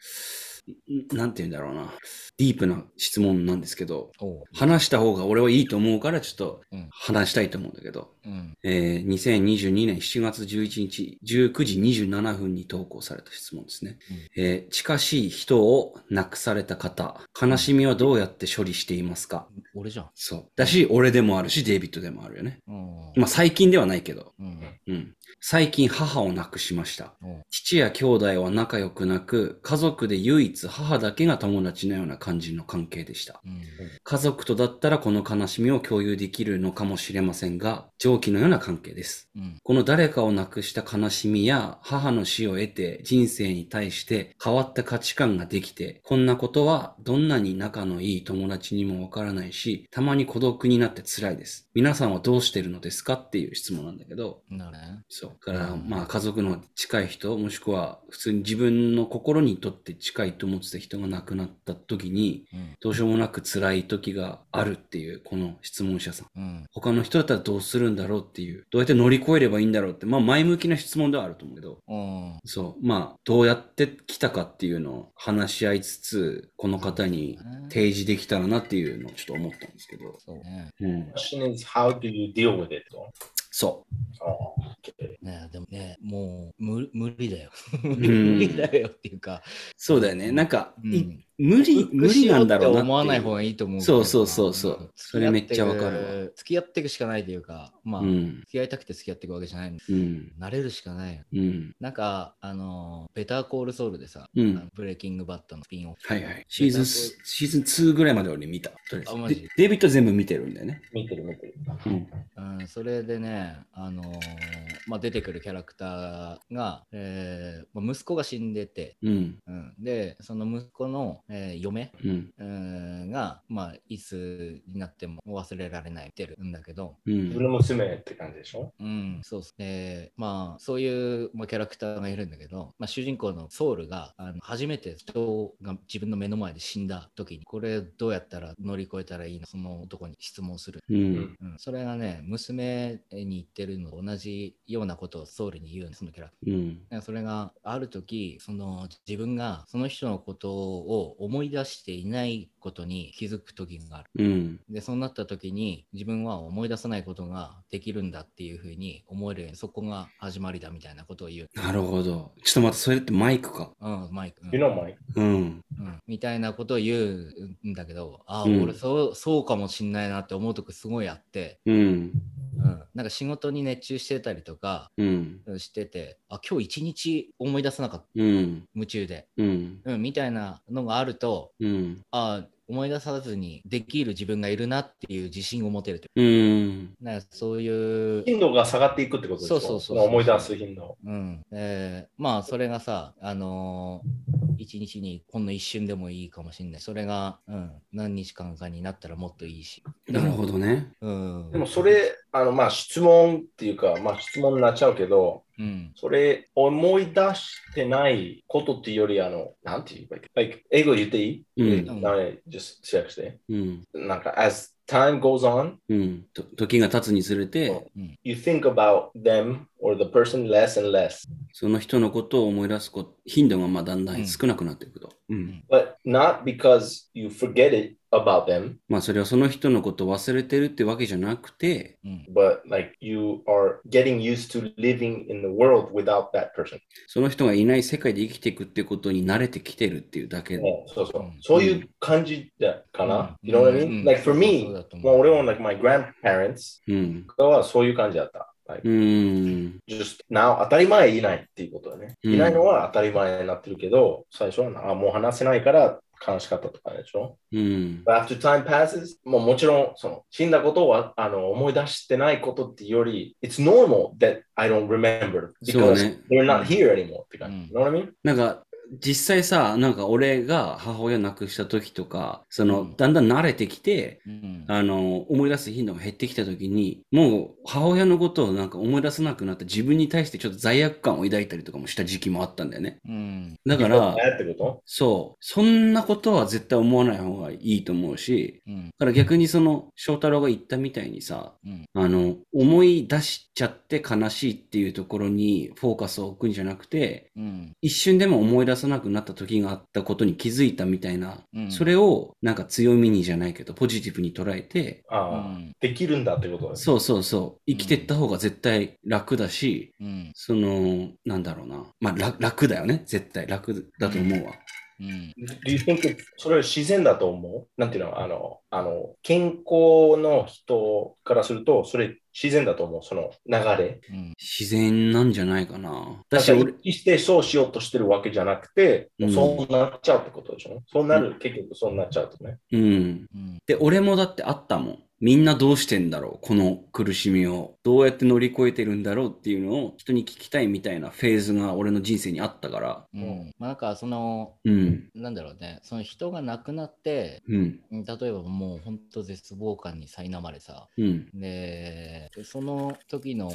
Speaker 1: んなんて言うんだろうな、ディープな質問なんですけど、
Speaker 3: おう。
Speaker 1: 話した方が俺はいいと思うからちょっと
Speaker 3: うん
Speaker 1: 話したいと思うんだけど、
Speaker 3: うん。
Speaker 1: えー2022年7月11日19時27分に投稿された質問ですね、えー近しい人を亡くされた方、悲しみはどうやって処理していますか
Speaker 3: 俺じゃん。
Speaker 1: そう。だし、俺でもあるし、デイビッドでもあるよね。
Speaker 3: うん。
Speaker 1: まあ最近ではないけど、
Speaker 3: うん。
Speaker 1: うん。最近母を亡くしました
Speaker 3: うん。
Speaker 1: 父や兄弟は仲良くなく、家族で唯一母だけが友達のような感じの関係でした。
Speaker 3: うん。
Speaker 1: 家族とだったらこの悲しみを共有できるのかもしれませんが、上記のような関係です。
Speaker 3: うん。
Speaker 1: この誰かを亡くした悲しみや母の死を得て人生に対して変わった価値観ができて、こんなことはどんなに仲のいい友達にもわからないし、たまに孤独になって辛いです。皆さんはどうしてるのですかっていう質問なんだけど、
Speaker 3: なるね。
Speaker 1: そう。だから、まあ家族の近い人、もしくは普通に自分の心にとって近いと思ってた人が亡くなった時に、
Speaker 3: うん。
Speaker 1: どうしようもなく辛い時があるっていう、この質問者さん。
Speaker 3: うん。
Speaker 1: 他の人だったらどうするんだろうっていう、どうやって乗り越えればいいんだろうって、まあ前向きな質問ではあると思うけど、
Speaker 3: うん。
Speaker 1: そう、まあどうやってきたかっていうのを話し合いつつ、この方に提示できたらなっていうのをちょっと思ったんですけど、
Speaker 3: そうね。
Speaker 1: うん、
Speaker 2: question is how do you deal with it?
Speaker 1: そ
Speaker 2: ああ OK
Speaker 3: ねでもね、もう無無理だよ。 [laughs] 無
Speaker 1: ん
Speaker 3: 理だよっていうか。
Speaker 1: う、そうだよね、なんか、
Speaker 3: うん
Speaker 1: い無理、無理なんだろうなっていう。
Speaker 3: 思わない方がいいと思うけど
Speaker 1: そ
Speaker 3: な。
Speaker 1: うそうそうそう
Speaker 3: なん
Speaker 1: それめっちゃわかるわ
Speaker 3: 付き合っていくしかないというか、まあ、
Speaker 1: うん、
Speaker 3: 付き合いたくて付き合っていくわけじゃない。
Speaker 1: うん、
Speaker 3: 慣れるしかないよ。
Speaker 1: うん。
Speaker 3: なんか、あの、ベターコールソウルでさ、
Speaker 1: うん
Speaker 3: あのブレイキングバットのスピンオフ。
Speaker 1: はいはい。シーズンス、シーズン2ぐらいまで俺見た。とりあ
Speaker 3: あマ
Speaker 1: えず
Speaker 3: ジ
Speaker 1: でデイビッド全部見てるんだよね。
Speaker 2: 見てる見てる。
Speaker 1: うん。
Speaker 3: うん、それでね、あのーまあ、出てくるキャラクターが、えーまあ、息子が死んでて、
Speaker 1: うん。
Speaker 3: うん、でその息子の、えー嫁
Speaker 1: うん。
Speaker 3: うーんが、まあ、いつになっても忘れられないってるんだけど、
Speaker 1: う
Speaker 2: 自
Speaker 1: ん。
Speaker 2: 分の娘って感じでしょ
Speaker 3: うん、そうそう。で、まあ、そういう、まあ、キャラクターがいるんだけど、まあ、主人公のソウルが、あの初めて人が自分の目の前で死んだ時に、これどうやったら乗り越えたらいいのその男に質問する。
Speaker 1: うん。
Speaker 3: うん、それがね、娘に言ってるのと同じようなことをソウルに言うの、そのキャラクター
Speaker 1: うん。
Speaker 3: だからそれがある時その自分がその人のことを思い出していないことに気づく時がある
Speaker 1: うん。
Speaker 3: でそうなった時に自分は思い出さないことができるんだっていうふうに思えるようにそこが始まりだみたいなことを言う、
Speaker 1: なるほど。ちょっと待って、それってマイクか。
Speaker 3: うん、マイク、うん
Speaker 2: ?You know, Mike?
Speaker 1: うん。
Speaker 3: うんみたいなことを言うんだけどああ、
Speaker 1: うん
Speaker 3: 俺そうそうかもしんないなって思うとこすごいあって、
Speaker 1: うん。
Speaker 3: うん、なんか仕事に熱中してたりとか
Speaker 1: うん。
Speaker 3: うんしててあ今日一日思い出さなかった
Speaker 1: うん。
Speaker 3: 夢中で、
Speaker 1: うん。
Speaker 3: うん、みたいなのがあると
Speaker 1: うん。
Speaker 3: ああ思い出さずにできる自分がいるなっていう自信を持てるとい
Speaker 1: うん。
Speaker 3: うなんかそういう、
Speaker 2: 頻度が下がっていくってことでしょ
Speaker 3: そうそうそうそう
Speaker 2: 思い出す頻度。
Speaker 3: うんえーまあそれがさあのー一日にほんの一瞬でもいいかもしれないそれが、うん、何日間かになったらもっといいし、
Speaker 1: なるほどね。
Speaker 3: うん、
Speaker 2: でもそれ、あの、まあ質問っていうか、まあ質問になっちゃうけど、
Speaker 3: うん
Speaker 2: それ思い出してないことっていうより、あの、なんて言えばいいか like, 英語言っていい、
Speaker 1: うん
Speaker 2: ダメ just シェアして。
Speaker 1: うん。
Speaker 2: なんか、as time goes on,
Speaker 1: うん。と時が経つにつれて、
Speaker 2: you think about them or the person less and less,
Speaker 1: その人のことを思い出すこと頻度がまあだんだ
Speaker 3: うん
Speaker 1: ん少なくなっていくと。うん
Speaker 3: ん
Speaker 2: but not because you forget it about them,
Speaker 1: まあそれはその人のことを忘れてるってわけじゃなくて、
Speaker 3: うん、
Speaker 2: but like you are getting used to living in the world without that person.
Speaker 1: その人がいない世界で生きていくってことに慣れてきてるっていうだけで。
Speaker 2: ねそうそう
Speaker 1: Mm.
Speaker 3: うん。
Speaker 2: そういう感じだかな。
Speaker 3: うん
Speaker 2: you know what I
Speaker 3: うん
Speaker 2: mean?
Speaker 3: うん
Speaker 2: Like for
Speaker 3: そう
Speaker 2: me,
Speaker 3: だと
Speaker 1: Mm.
Speaker 3: 思
Speaker 2: も
Speaker 3: う
Speaker 2: う俺も like my grandparents
Speaker 1: うん。
Speaker 2: はそういう感じだった。Like
Speaker 1: うーん。
Speaker 2: just now 当たり前いないっていうことだね。
Speaker 1: うん
Speaker 2: いないのは当たり前になってるけど、最初はなあもう話せないから悲しかったとかでしょ。
Speaker 1: うん。
Speaker 2: But after time passes, もうもちろんその死んだことはあの思い出してないことっていうより、It's normal that I don't remember
Speaker 1: そう
Speaker 2: because
Speaker 1: ね。
Speaker 2: they're not here anymore って感じ。
Speaker 3: う
Speaker 2: You know what I mean?
Speaker 1: なんか、実際さ、なんか俺が母親亡くした時とか、その、
Speaker 3: うん
Speaker 1: だんだん慣れてきて、
Speaker 3: うん
Speaker 1: あの、思い出す頻度が減ってきた時に、もう母親のことをなんか思い出せなくなった自分に対してちょっと罪悪感を抱いたりとかもした時期もあったんだよね。
Speaker 3: うん
Speaker 1: だ
Speaker 3: [laughs]
Speaker 1: から、
Speaker 2: えってこと
Speaker 1: そう、そんなことは絶対思わない方がいいと思うし、
Speaker 3: うん
Speaker 1: だから逆にその翔太郎が言ったみたいにさ、
Speaker 3: うん
Speaker 1: あの、思い出しちゃって悲しいっていうところにフォーカスを置くんじゃなくて、
Speaker 3: うん
Speaker 1: 一瞬でも思い出さなくなった時があったことに気づいたみたいな、
Speaker 3: うん
Speaker 1: それをなんか強みにじゃないけど、ポジティブに捉えて、
Speaker 2: あ
Speaker 3: う
Speaker 2: あ、
Speaker 3: ん
Speaker 2: できるんだってことだね
Speaker 1: そうそうそう、生きてった方が絶対楽だし、
Speaker 3: うん
Speaker 1: その、なんだろうな、まあ楽楽だよね、絶対楽だと思うわ。
Speaker 3: うん、
Speaker 2: Do you think it's- それは自然だと思うなんていうのあの、あの、健康の人からすると、それ自然だと思う、その流れ。
Speaker 3: うん
Speaker 1: 自然なんじゃないかな。だ
Speaker 2: だか
Speaker 1: し
Speaker 2: ら
Speaker 1: 俺
Speaker 2: 一、致してそうしようとしてるわけじゃなくて、
Speaker 1: うん
Speaker 2: そうなっちゃうってことでしょそうなる、結局そうなっちゃうとね。
Speaker 1: うん。
Speaker 3: うん
Speaker 1: で、俺もだってあったもん。みんなどうしてんだろうこの苦しみを。どうやって乗り越えてるんだろうっていうのを人に聞きたいみたいなフェーズが俺の人生にあったから。
Speaker 3: うんまあなんかその
Speaker 1: うん。
Speaker 3: なんだろうねその人が亡くなって
Speaker 1: うん。
Speaker 3: うん例えばもうほんと絶望感に苛まれさ
Speaker 1: うん。
Speaker 3: でその時の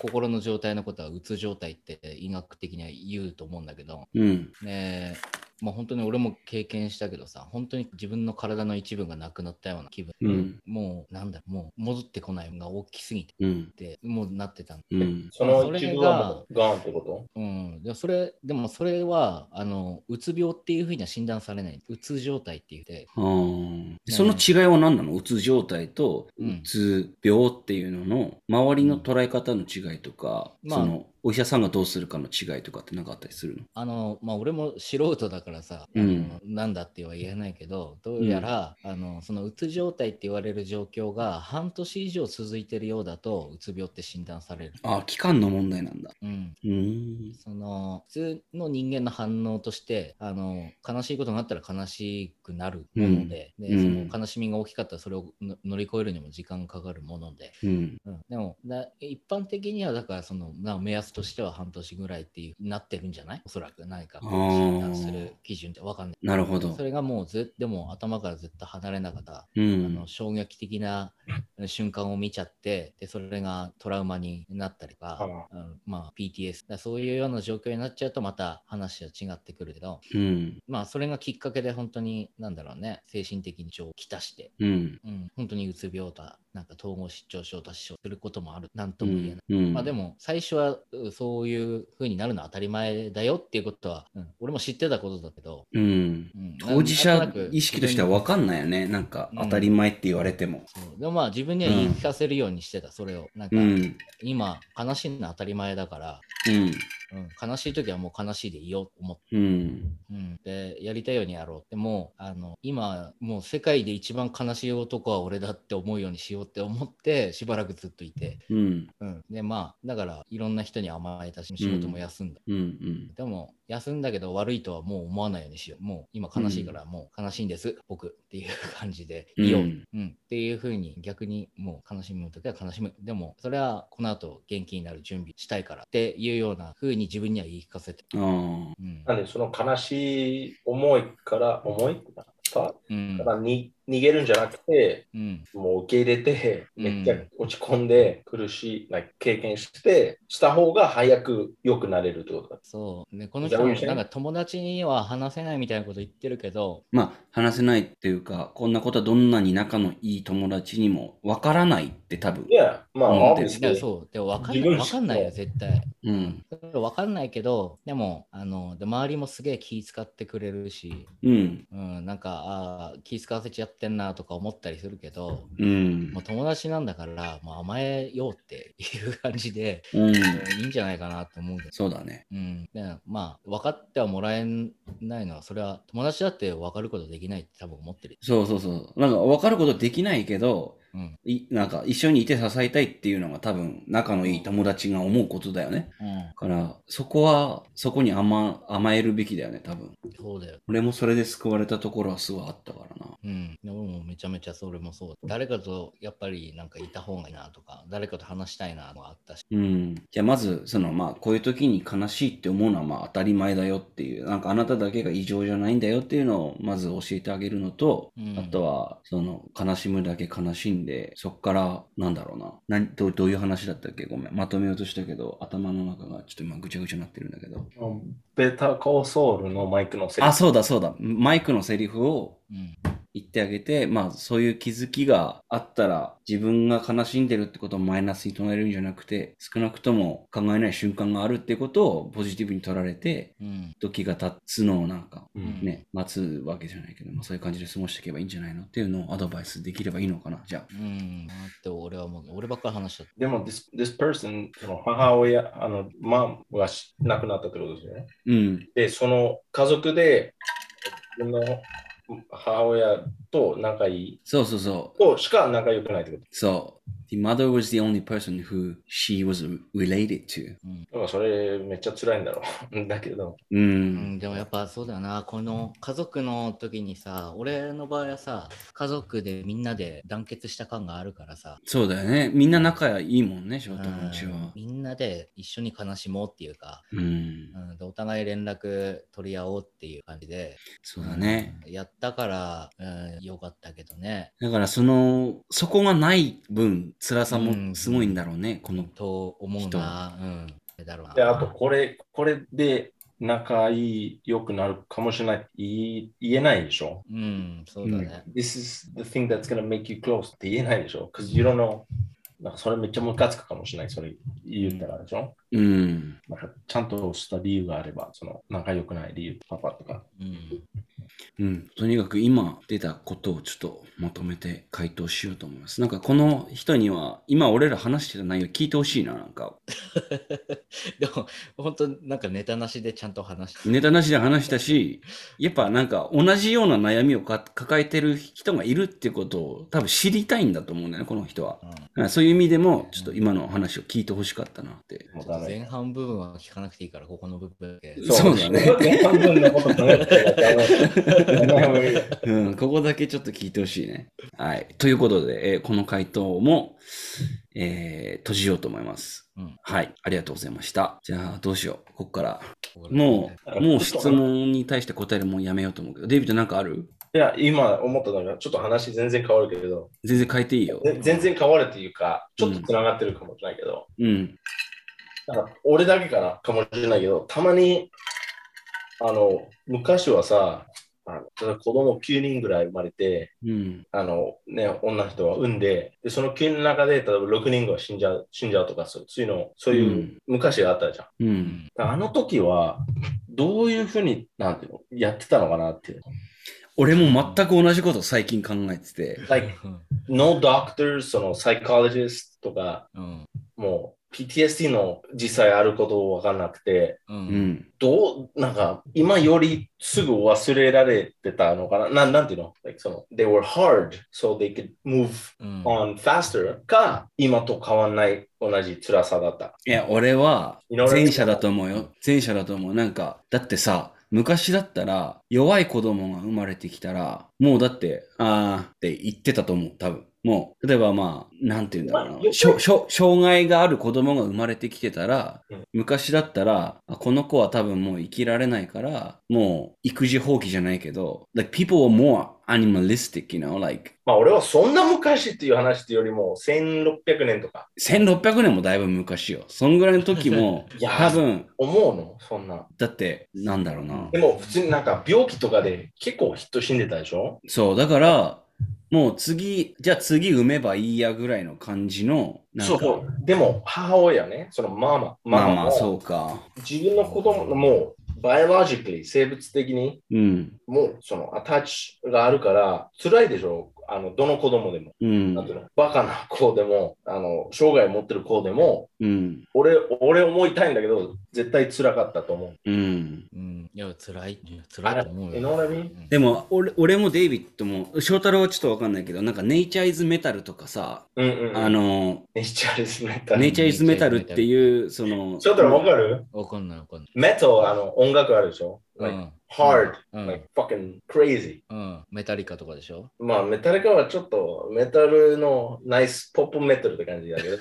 Speaker 3: 心の状態のことはうつ状態って医学的には言うと思うんだけど
Speaker 1: うん。
Speaker 3: ねまあ本当に俺も経験したけどさ本当に自分の体の一部がなくなったような気分、
Speaker 1: うん。
Speaker 3: もうなんだもう戻ってこないのが大きすぎて
Speaker 1: うん。
Speaker 3: もうなってたん
Speaker 1: うん。
Speaker 2: その一部はもうガーンってこ
Speaker 3: うん、でもそれでもそれはあのうつ病っていうふうには診断されないうつ状態って言って
Speaker 1: あーその違いは何なのうつ状態と
Speaker 3: うん
Speaker 1: うつ病っていうのの周りの捉え方の違いとか、
Speaker 3: うんまあ
Speaker 1: そのお医者さんがどうするかの違いとかって何かあったりするの
Speaker 3: あのまあ、俺も素人だからさ、
Speaker 1: うん
Speaker 3: あのなんだっては言えないけどどうやら、あのそのうつ状態って言われる状況が半年以上続いてるようだとうつ病って診断される、
Speaker 1: ああ、期間の問題なんだ。
Speaker 3: うん、
Speaker 1: うーん。
Speaker 3: その普通の人間の反応としてあの悲しいことがあったら悲しくなるもので,、
Speaker 1: ん
Speaker 3: で
Speaker 1: うん
Speaker 3: その悲しみが大きかったらそれをの乗り越えるにも時間かかるもので、
Speaker 1: うん。
Speaker 3: うん、でもな一般的にはだからそのな目安安としては半年ぐらいっていうなってるんじゃないおそらく何か
Speaker 1: あー
Speaker 3: 診断する基準ってわかんない。
Speaker 1: なるほど
Speaker 3: そ。れがもうずでも頭からずっと離れなかった、
Speaker 1: う
Speaker 3: あ
Speaker 1: ん
Speaker 3: の。衝撃的な瞬間を見ちゃってでそれがトラウマになったりとか、あのまあ PTS だからそういうような状況になっちゃうとまた話は違ってくるけど
Speaker 1: うん。
Speaker 3: まあそれがきっかけで本当になんだろうね精神的に超きたして、
Speaker 1: うん。
Speaker 3: うん、本当にうつ病とかなんか統合失調症達症することもあるなんと
Speaker 1: う
Speaker 3: も言えない。
Speaker 1: ん。うん
Speaker 3: まあでも最初はうそういう風になるのは当たり前だよっていうことは、うん、俺も知ってたことだけど、
Speaker 1: うん。
Speaker 3: うん
Speaker 1: 当事
Speaker 3: な
Speaker 1: 者
Speaker 3: んとなく
Speaker 1: 意識としては分かんないよね。なんか当たり前って言われても。
Speaker 3: そうでもまあ自分には言い聞かせるようにしてた、それを。なんか、
Speaker 1: うん。
Speaker 3: 今、悲しいのは当たり前だから、
Speaker 1: うん。
Speaker 3: うん、悲しい時はもう悲しいでいいよと思って、
Speaker 1: うん。
Speaker 3: うん、で、やりたいようにやろう。でも、あの、今、もう世界で一番悲しい男は俺だって思うようにしようって思って、しばらくずっといて、
Speaker 1: うん。
Speaker 3: うん。で、まあ、だから、いろんな人に甘えたし、仕事も休んだ。
Speaker 1: うん。うん。
Speaker 3: でも、休んだけど悪いとはもう思わないようにしよう。もう今悲しいからもう悲しいんです、僕っていう感じで、いいよ、
Speaker 1: う
Speaker 3: うんん、っていうふうに逆にもう悲しむときは悲しむ。でも、それはこの後元気になる準備したいからっていうようなふうに自分には言い聞かせて。
Speaker 1: ああ。
Speaker 3: うん。
Speaker 2: なんで、その悲しい思いから、思いさ
Speaker 3: うん
Speaker 2: か。らに逃げるんじゃなくて、
Speaker 3: うん。
Speaker 2: もう受け入れて、
Speaker 3: うん
Speaker 2: めっちゃ落ち込んで、苦しいな経験して、した方が早く良くなれるってことだ。
Speaker 3: そう。ね、この人もなんか友達には話せないみたいなこと言ってるけど、
Speaker 1: まあ、話せないっていうか、こんなことはどんなに仲のいい友達にも分からないって多分
Speaker 2: い。や、まあ、
Speaker 1: うん
Speaker 2: obviously
Speaker 3: いや、そう。でも分かん
Speaker 2: 自
Speaker 3: な
Speaker 2: 分
Speaker 3: い。分かんないよ、絶対。
Speaker 1: うん。
Speaker 3: 分かんないけど、でも、あの、で周りもすげえ気使ってくれるし、
Speaker 1: うん。
Speaker 3: うん、なんかあー気使わせちゃってんなとか思ったりするけど、
Speaker 1: うん
Speaker 3: もう。友達なんだからもう甘えようっていう感じで、 [laughs]
Speaker 1: うん。
Speaker 3: うんいいんじゃないかなと思うけど、
Speaker 1: そうだね。
Speaker 3: うん、でまあ分かってはもらえないのはそれは友達だって分かることできないって多分思ってる、
Speaker 1: そうそうそう。なんか分かることできないけど、
Speaker 3: うん
Speaker 1: いなんか一緒にいて支えたいっていうのが多分仲のいい友達が思うことだよね。だから、そこは、そこに甘甘えるべきだよね、多分。
Speaker 3: うん、そうだよ、
Speaker 1: 俺もそれで救われたところはすごいあったからな。
Speaker 3: うん、でももうめちゃめちゃそれもそう誰かとやっぱりなんかいた方がいいなとか誰かと話したいなとかあったし、
Speaker 1: うん。じゃあまず、そのまあ、こういう時に悲しいって思うのはまあ当たり前だよっていう、なんかあなただけが異常じゃないんだよっていうのをまず教えてあげるのと、
Speaker 3: うん
Speaker 1: あとは、その悲しむだけ悲しんで、そっから、なんだろうな。何どう、どういう話だったっけごめん。まとめようとしたけど、頭の中がちょっと今ぐちゃぐちゃになってるんだけど。
Speaker 2: ベタコーソールのマイクのせい
Speaker 1: あ、そうだそうだ。マイクのセリフを
Speaker 3: うん
Speaker 1: 言ってあげて、まあそういう気づきがあったら自分が悲しんでるってことをマイナスに唱えるんじゃなくて少なくとも考えない瞬間があるってことをポジティブに取られて
Speaker 3: うん
Speaker 1: 時が経つのをなんか
Speaker 2: うん
Speaker 1: ね、待つわけじゃないけど、まあ、そういう感じで過ごしていけばいいんじゃないのっていうのをアドバイスできればいいのかなじゃあ。
Speaker 3: うん、なって俺はもう俺ばっかり話しちゃった
Speaker 2: でも、this, this person、その母親、あの、マンがし亡くなったってことですよね。
Speaker 1: うん。
Speaker 2: で、その家族で、自分の母親と仲いい
Speaker 1: そうそうそう。
Speaker 2: としか仲良くないってこと。
Speaker 1: そう。The mother was the only person who she was related to.
Speaker 2: だからそれめっちゃ辛いんだろう。 [laughs] だけど、
Speaker 1: う。
Speaker 3: うんん、でもやっぱそうだよなこの家族の時にさ俺の場合はさ家族でみんなで団結した感があるからさ
Speaker 1: そうだよね。みんな仲いいもんね、仕事のうち
Speaker 3: うん
Speaker 1: は。
Speaker 3: みんなで一緒に悲しもうっていうか、
Speaker 1: うん
Speaker 3: う。ん、でお互い連絡取り合おうっていう感じで
Speaker 1: そうだね。
Speaker 3: やったから、うん、よかったけどね
Speaker 1: だからそのそこがない分辛さ
Speaker 3: う
Speaker 1: も
Speaker 3: ん
Speaker 1: すごいんだろうね、この
Speaker 3: と思うなうんだろうな
Speaker 2: で、あとこれ、これで仲いい、良くなるかもしれない。言い言えないでしょ。
Speaker 3: うんそうだね、
Speaker 2: This is the thing that's gonna make you close って言えないでしょ。Cause you don't know. なんかそれめっちゃムカつくかもしれない。それ言ったらでしょ。
Speaker 1: うん
Speaker 2: なんかちゃんとした理由があれば、その仲良くない理由、パパとか。
Speaker 3: うん
Speaker 1: うん、とにかく今出たことをちょっとまとめて回答しようと思いますなんかこの人には今俺ら話してた内容聞いてほしいななんか
Speaker 3: でも本当なんかネタなしでちゃんと話して、
Speaker 1: ネタなしで話したしやっぱなんか同じような悩みをか抱えてる人がいるってことを多分知りたいんだと思うんだよねこの人は
Speaker 3: うん
Speaker 1: だからそういう意味でもちょっと今の話を聞いてほしかったなって
Speaker 2: もう
Speaker 3: ちょ
Speaker 2: ダ
Speaker 3: っと前
Speaker 2: メ。
Speaker 3: 半部分は聞かなくていいからここの部分だけ
Speaker 1: そうだね
Speaker 2: 半分のこと考えてたらダメ [laughs]
Speaker 1: うん、ここだけちょっと聞いてほしいね。はい。ということで、えーこの回答も、えー閉じようと思います。
Speaker 3: うん
Speaker 1: はい。ありがとうございました。じゃあ、どうしよう。ここから。も
Speaker 3: も
Speaker 1: う、もう質問に対して答えるのもうやめようと思うけど、デイビッドなんかある
Speaker 2: いや、今思ったのが、ちょっと話全然変わるけど、
Speaker 1: 全然変えていいよ。
Speaker 2: ぜ全然変わるっていうか、ちょっとつながってるかもしれないけど、
Speaker 1: うん。
Speaker 2: なんか俺だけかなかもしれないけど、たまに、あの、昔はさ、あの例えば子供9人ぐらい生まれて、
Speaker 1: うん。
Speaker 2: あのね、女の人は産んで、でその9人の中で、例えば6人が死んじゃう死んじゃうとかそうそういうの、そう
Speaker 1: う
Speaker 2: いうん昔があったじゃん。
Speaker 1: う。
Speaker 3: うんん、
Speaker 2: だからあの時は、どういうふうに、なんていうの、やってたのかなっていう。
Speaker 1: 俺も全く同じこと最近考えてて、
Speaker 2: Like, no doctors, その psychologist とか、
Speaker 3: うん
Speaker 2: もう PTSD の実際あることを分からなくて、
Speaker 3: う
Speaker 1: うんん。
Speaker 2: どう、なんか、今よりすぐ忘れられてたのかななんなんていうの、like, その ?They were hard, so they could move
Speaker 3: うん、
Speaker 2: on faster か、今と変わんない同じ辛さだった。
Speaker 1: いや、俺は
Speaker 2: 井上さん
Speaker 1: 前者だと思うよ。前者だと思う。なんか、だってさ、昔だったら、弱い子供が生まれてきたら、もうだって、あーって言ってたと思う、多分。もう、例えばまあ、なんて言うんだろ
Speaker 2: ま
Speaker 1: う
Speaker 2: あよ
Speaker 1: な。しょしょ障害がある子供が生まれてきてたら
Speaker 2: うん、
Speaker 1: 昔だったら、あこの子は多分もう生きられないから、もう育児放棄じゃないけど、like people are more animalistic, you know, like
Speaker 2: まあ、俺はそんな昔っていう話っていうよりも、1600年とか。
Speaker 1: 1600年もだいぶ昔よ。そんぐらいの時も
Speaker 2: [laughs] い、やー
Speaker 1: 多分、
Speaker 2: 思うのそんな。
Speaker 1: だって、なんだろうな
Speaker 2: で。も、普通になんか病気とかで結構人死んでたでしょ
Speaker 1: そう、だから、もう次、じゃあ次産めばいいやぐらいの感じの、なんか、
Speaker 2: そう。でも、母親ね、そのママ、マ
Speaker 1: まあ
Speaker 2: マ
Speaker 1: まあ、
Speaker 2: も
Speaker 1: そうか。
Speaker 2: 自分の子供のもう、バイオロジックリー、生物的に、
Speaker 1: うん、
Speaker 2: もう、その、アタッチがあるから、辛いでしょあの、どの子供でも。
Speaker 1: うん
Speaker 2: なん、ていうのバカな子でも、あの、障害持ってる子でも、
Speaker 1: うん、
Speaker 2: 俺、俺思いたいんだけど、絶対辛かったと思
Speaker 1: う
Speaker 2: う。
Speaker 1: ん。
Speaker 3: うん、いや、辛い。いや辛いと思うよ。
Speaker 2: You know what I mean？
Speaker 3: うん
Speaker 1: でも、俺俺もデイビッドも、翔太郎はちょっとわかんないけど、なんか、ネイチャーイズメタルとかさ、
Speaker 2: うんうん。
Speaker 1: あ、の、
Speaker 2: ネイチャーですメタ
Speaker 1: ネ
Speaker 2: ル。
Speaker 1: イチャーイズメタルっていう、その、
Speaker 2: ちょっとわかる
Speaker 3: わかんないわかんない。
Speaker 2: メタル、あの、音楽あるでしょ、
Speaker 3: う
Speaker 2: like,
Speaker 3: ん。
Speaker 2: hard,
Speaker 3: うん
Speaker 2: like fucking crazy.
Speaker 3: うん。メタリカとかでしょ
Speaker 2: まあ、メタルカはちょっとメタルのナイスポップメタルって感じだ
Speaker 1: [laughs]
Speaker 2: けど、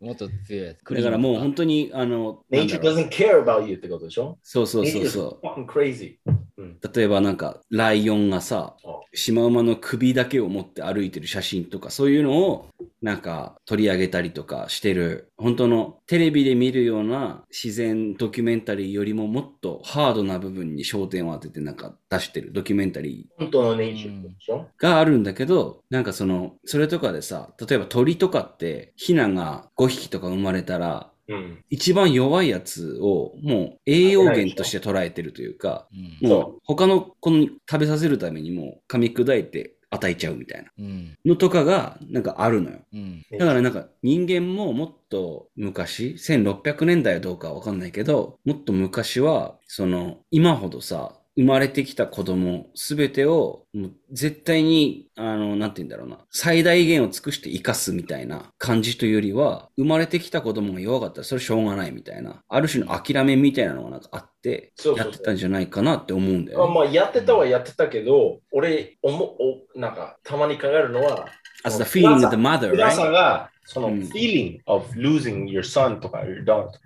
Speaker 3: もっと強いやつ。
Speaker 1: だからもう
Speaker 3: ク
Speaker 1: 本当に、あの、なんだ
Speaker 2: Nature
Speaker 1: ろう
Speaker 2: doesn't care about you ってことでしょ
Speaker 1: そうそうそうそう。
Speaker 2: Nature is fucking crazy. うん。
Speaker 1: 例えばなんかライオンがさ
Speaker 2: あ
Speaker 1: シマウマの首だけを持って歩いてる写真とかそういうのをなんか取り上げたりとかしてる本当のテレビで見るような自然ドキュメンタリーよりももっとハードな部分に焦点を当ててなんか出してるドキュメンタリー
Speaker 2: 本当の Nature でしょ、
Speaker 1: があるんだけど、なんかその、それとかでさ、例えば鳥とかって、ヒナが5匹とか生まれたら、
Speaker 2: うん、
Speaker 1: 一番弱いやつをもう栄養源として捉えてるというか、
Speaker 3: リ
Speaker 2: ん
Speaker 1: もう他の子に食べさせるためにもう噛み砕いて与えちゃうみたいな
Speaker 3: うん。
Speaker 1: のとかがなんかあるのよ。
Speaker 3: うん。
Speaker 1: だからなんか人間ももっと昔、1600年代はどうかはわかんないけど、もっと昔は、その今ほどさ、生まれてきた子供すべてをもう絶対に、あの、なんて言うんだろうな、最大限を尽くして生かすみたいな感じというよりは、生まれてきた子供が弱かったらそれしょうがないみたいな、ある種の諦めみたいなのがなんかあって
Speaker 2: そう、そう
Speaker 1: や
Speaker 2: そう
Speaker 1: ってたんじゃないかなって思うんだよね、
Speaker 2: あまあ、やってたはやってたけど、俺思お、なんか、たまに考えるのは、
Speaker 1: As the feeling of the mother,
Speaker 2: 皆さ
Speaker 1: right?
Speaker 2: んが、その
Speaker 1: うん
Speaker 2: feeling of losing your son とか your daughter とか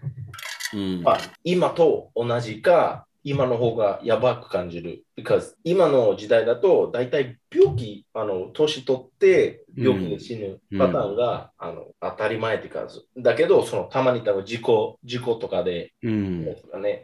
Speaker 1: うん
Speaker 2: まあ、今と同じか、今の方がやばく感じる。because 今の時代だと、大体病気、あの、年取って病気で死ぬ
Speaker 1: うん
Speaker 2: パターンが、あの、当たり前って感じ。だけど、その、たまに多分事故、事故とかで、
Speaker 1: うん。
Speaker 2: ね、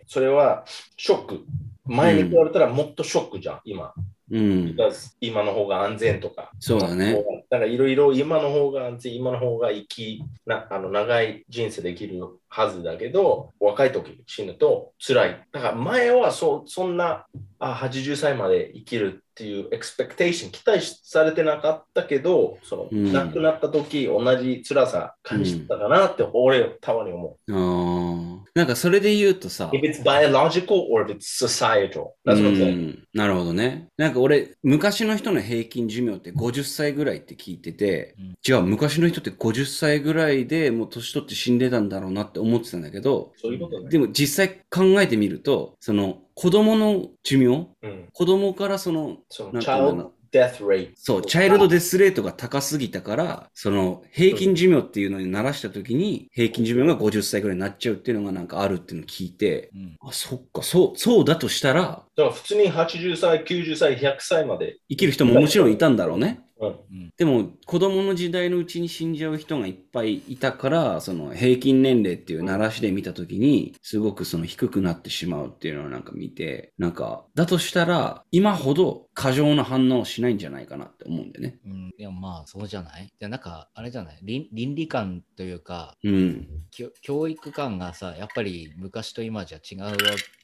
Speaker 2: それはショック。前に比べたらもっとショックじゃん、今。
Speaker 1: うん。
Speaker 2: because 今の方が安全とか。
Speaker 1: そうだね。
Speaker 2: だからいろいろ今の方が安全、今の方が生きなあの長い人生できるはずだけど、若い時に死ぬと辛い。だから前はそそんなあ80歳まで生きるっていうエクスペクテーション期待されてなかったけど、その
Speaker 1: うん
Speaker 2: 亡くなった時同じ辛さ感じてたかなって俺たまに思う。
Speaker 1: あーなんかそれで言うとさ、
Speaker 2: If it's biological or if it's societal. That's
Speaker 1: う
Speaker 2: what I'm saying.
Speaker 1: ん、なるほどね。なんか俺、昔の人の平均寿命って50歳ぐらいって聞いてて、
Speaker 3: うん
Speaker 1: じゃあ昔の人って50歳ぐらいでもう年取って死んでたんだろうなって思ってたんだけど、
Speaker 2: そういうことね。
Speaker 1: でも実際考えてみると、その子供の寿命
Speaker 2: うん。
Speaker 1: 子供からその、
Speaker 2: そ
Speaker 1: な
Speaker 2: の、
Speaker 1: ん
Speaker 2: チ
Speaker 1: てい
Speaker 2: ャ
Speaker 1: うんだろ
Speaker 2: イルドデスレイト。
Speaker 1: そう、チャイルドデスレートが高すぎたから、その平均寿命っていうのに慣らした時に、平均寿命が50歳ぐらいになっちゃうっていうのがなんかあるっていうのを聞いて、
Speaker 3: うん
Speaker 1: あ、そっか、そう、そうだとしたら、
Speaker 2: だから普通に80歳、90歳、100歳まで。
Speaker 1: 生きる人ももちろんいたんだろうね。
Speaker 2: うん。
Speaker 1: でも子供の時代のうちに死んじゃう人がいっぱいいたから、その平均年齢っていう鳴らしで見たときに、すごくその低くなってしまうっていうのをなんか見て、なんか、だとしたら、今ほど過剰な反応をしないんじゃないかなって思うんだよね。
Speaker 3: うん、いやまあそうじゃないじゃなんかあれじゃない倫倫理観というか
Speaker 1: うん。
Speaker 3: 教教育観がさやっぱり昔と今じゃ違う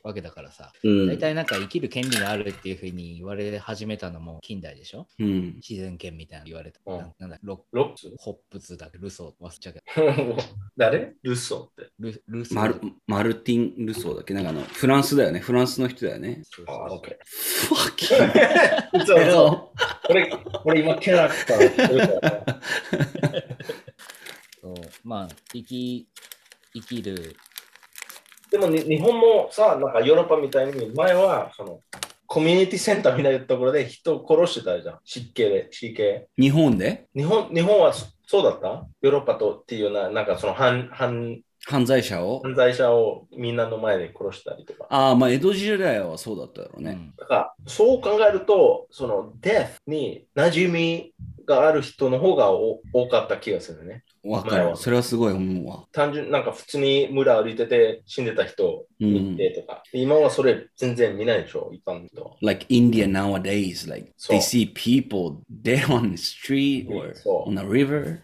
Speaker 3: わけだからさ
Speaker 1: うん。
Speaker 3: 大体なんか生きる権利があるっていうふうに言われ始めたのも近代でしょ
Speaker 1: うん。
Speaker 3: 自然権みたいなの言われた、
Speaker 2: うん
Speaker 3: ななんだロ
Speaker 2: ロック
Speaker 3: ホップスだっけルソー忘れちゃうけど
Speaker 2: [laughs] 誰ルッソって。
Speaker 3: ルルソー
Speaker 1: マルマルティン・ルソーだっけなんかあの、フランスだよね。フランスの人だよね。
Speaker 3: そうそう
Speaker 2: あ
Speaker 3: そ
Speaker 2: あ、
Speaker 3: う
Speaker 2: オッケ
Speaker 1: ファキ [laughs]
Speaker 2: ー。嘘嘘。俺、俺今、キャラクター。
Speaker 3: そうまあ生き生きる
Speaker 2: でもに日本もさ、なんかヨーロッパみたいに、前はそのコミュニティセンターみたいなところで人を殺してたじゃん。湿気で、湿気。
Speaker 1: 日本で
Speaker 2: 日本日本はそそうだったヨーロッパとっていうような、なんかその犯犯
Speaker 1: 犯罪者を
Speaker 2: 犯罪者をみんなの前で殺したりとか。
Speaker 1: ああ、まあ江戸時代はそうだっただろう
Speaker 3: う
Speaker 1: ね。
Speaker 3: ん
Speaker 2: だから、そう考えると、そのデフに馴染みがある人の方がお多かった気がするね。
Speaker 1: わ、か
Speaker 2: 前
Speaker 1: る。
Speaker 2: は
Speaker 1: それはすごい思うわ。
Speaker 2: 単純になんか普通に村歩いてて死んでた人見てとか、今はそれ全然見ないでしょ、一般の人は。
Speaker 1: like India nowadays, like they
Speaker 2: そう。
Speaker 1: see people dead on the street or
Speaker 2: そう
Speaker 1: on the river.
Speaker 3: うん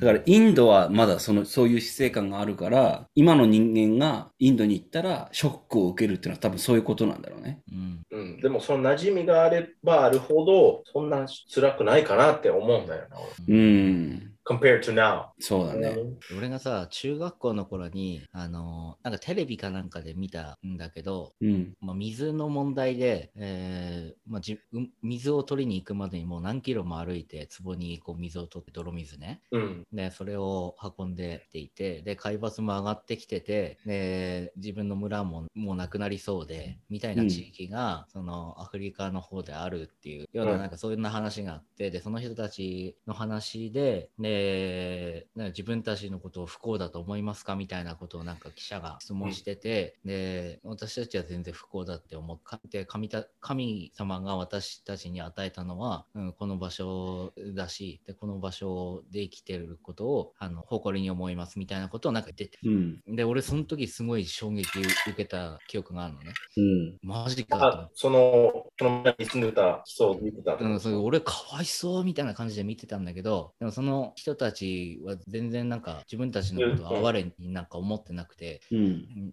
Speaker 1: だからインドはまだそのそういう死生観があるから、今の人間がインドに行ったらショックを受けるっていうのは多分そういうことなんだろうね。
Speaker 3: うん
Speaker 2: うん、でもその馴染みがあればあるほど、そんな辛くないかなって思うんだよな。
Speaker 1: うん、
Speaker 2: 俺 compared to now。
Speaker 1: そうだね。
Speaker 3: 俺がさ中学校の頃にあのなんかテレビかなんかで見たんだけど、
Speaker 1: うん、
Speaker 3: まあ、水の問題で、えーまあ、じうん水を取りに行くまでにもう何キロも歩いて壺にこう水を取って泥水ね
Speaker 2: うん。
Speaker 3: でそれを運んできていてで海抜も上がってきててで自分の村ももうなくなりそうでみたいな地域が、そのアフリカの方であるっていうよう
Speaker 2: う
Speaker 3: なんなんかそういうような話があってでその人たちの話ででなんか自分たちのことを不幸だと思いますかみたいなことをなんか記者が質問してて、で私たちは全然不幸だって思って神た神様が私たちに与えたのは、うん、この場所だしでこの場所で生きてることをあの誇りに思いますみたいなことをなんか言ってて。
Speaker 1: うん、
Speaker 3: で俺その時すごい衝撃を受けた記憶があるのね。
Speaker 1: うん。
Speaker 3: マジかと思って
Speaker 2: あその、その前に住んでた人を見てたって
Speaker 3: う
Speaker 2: こ
Speaker 3: ん、
Speaker 2: と。
Speaker 3: それ俺かわいそうみたいな感じで見てたんだけどでもその人たちは全然なんか自分たちのことを哀れになんか思ってなくて
Speaker 1: うん、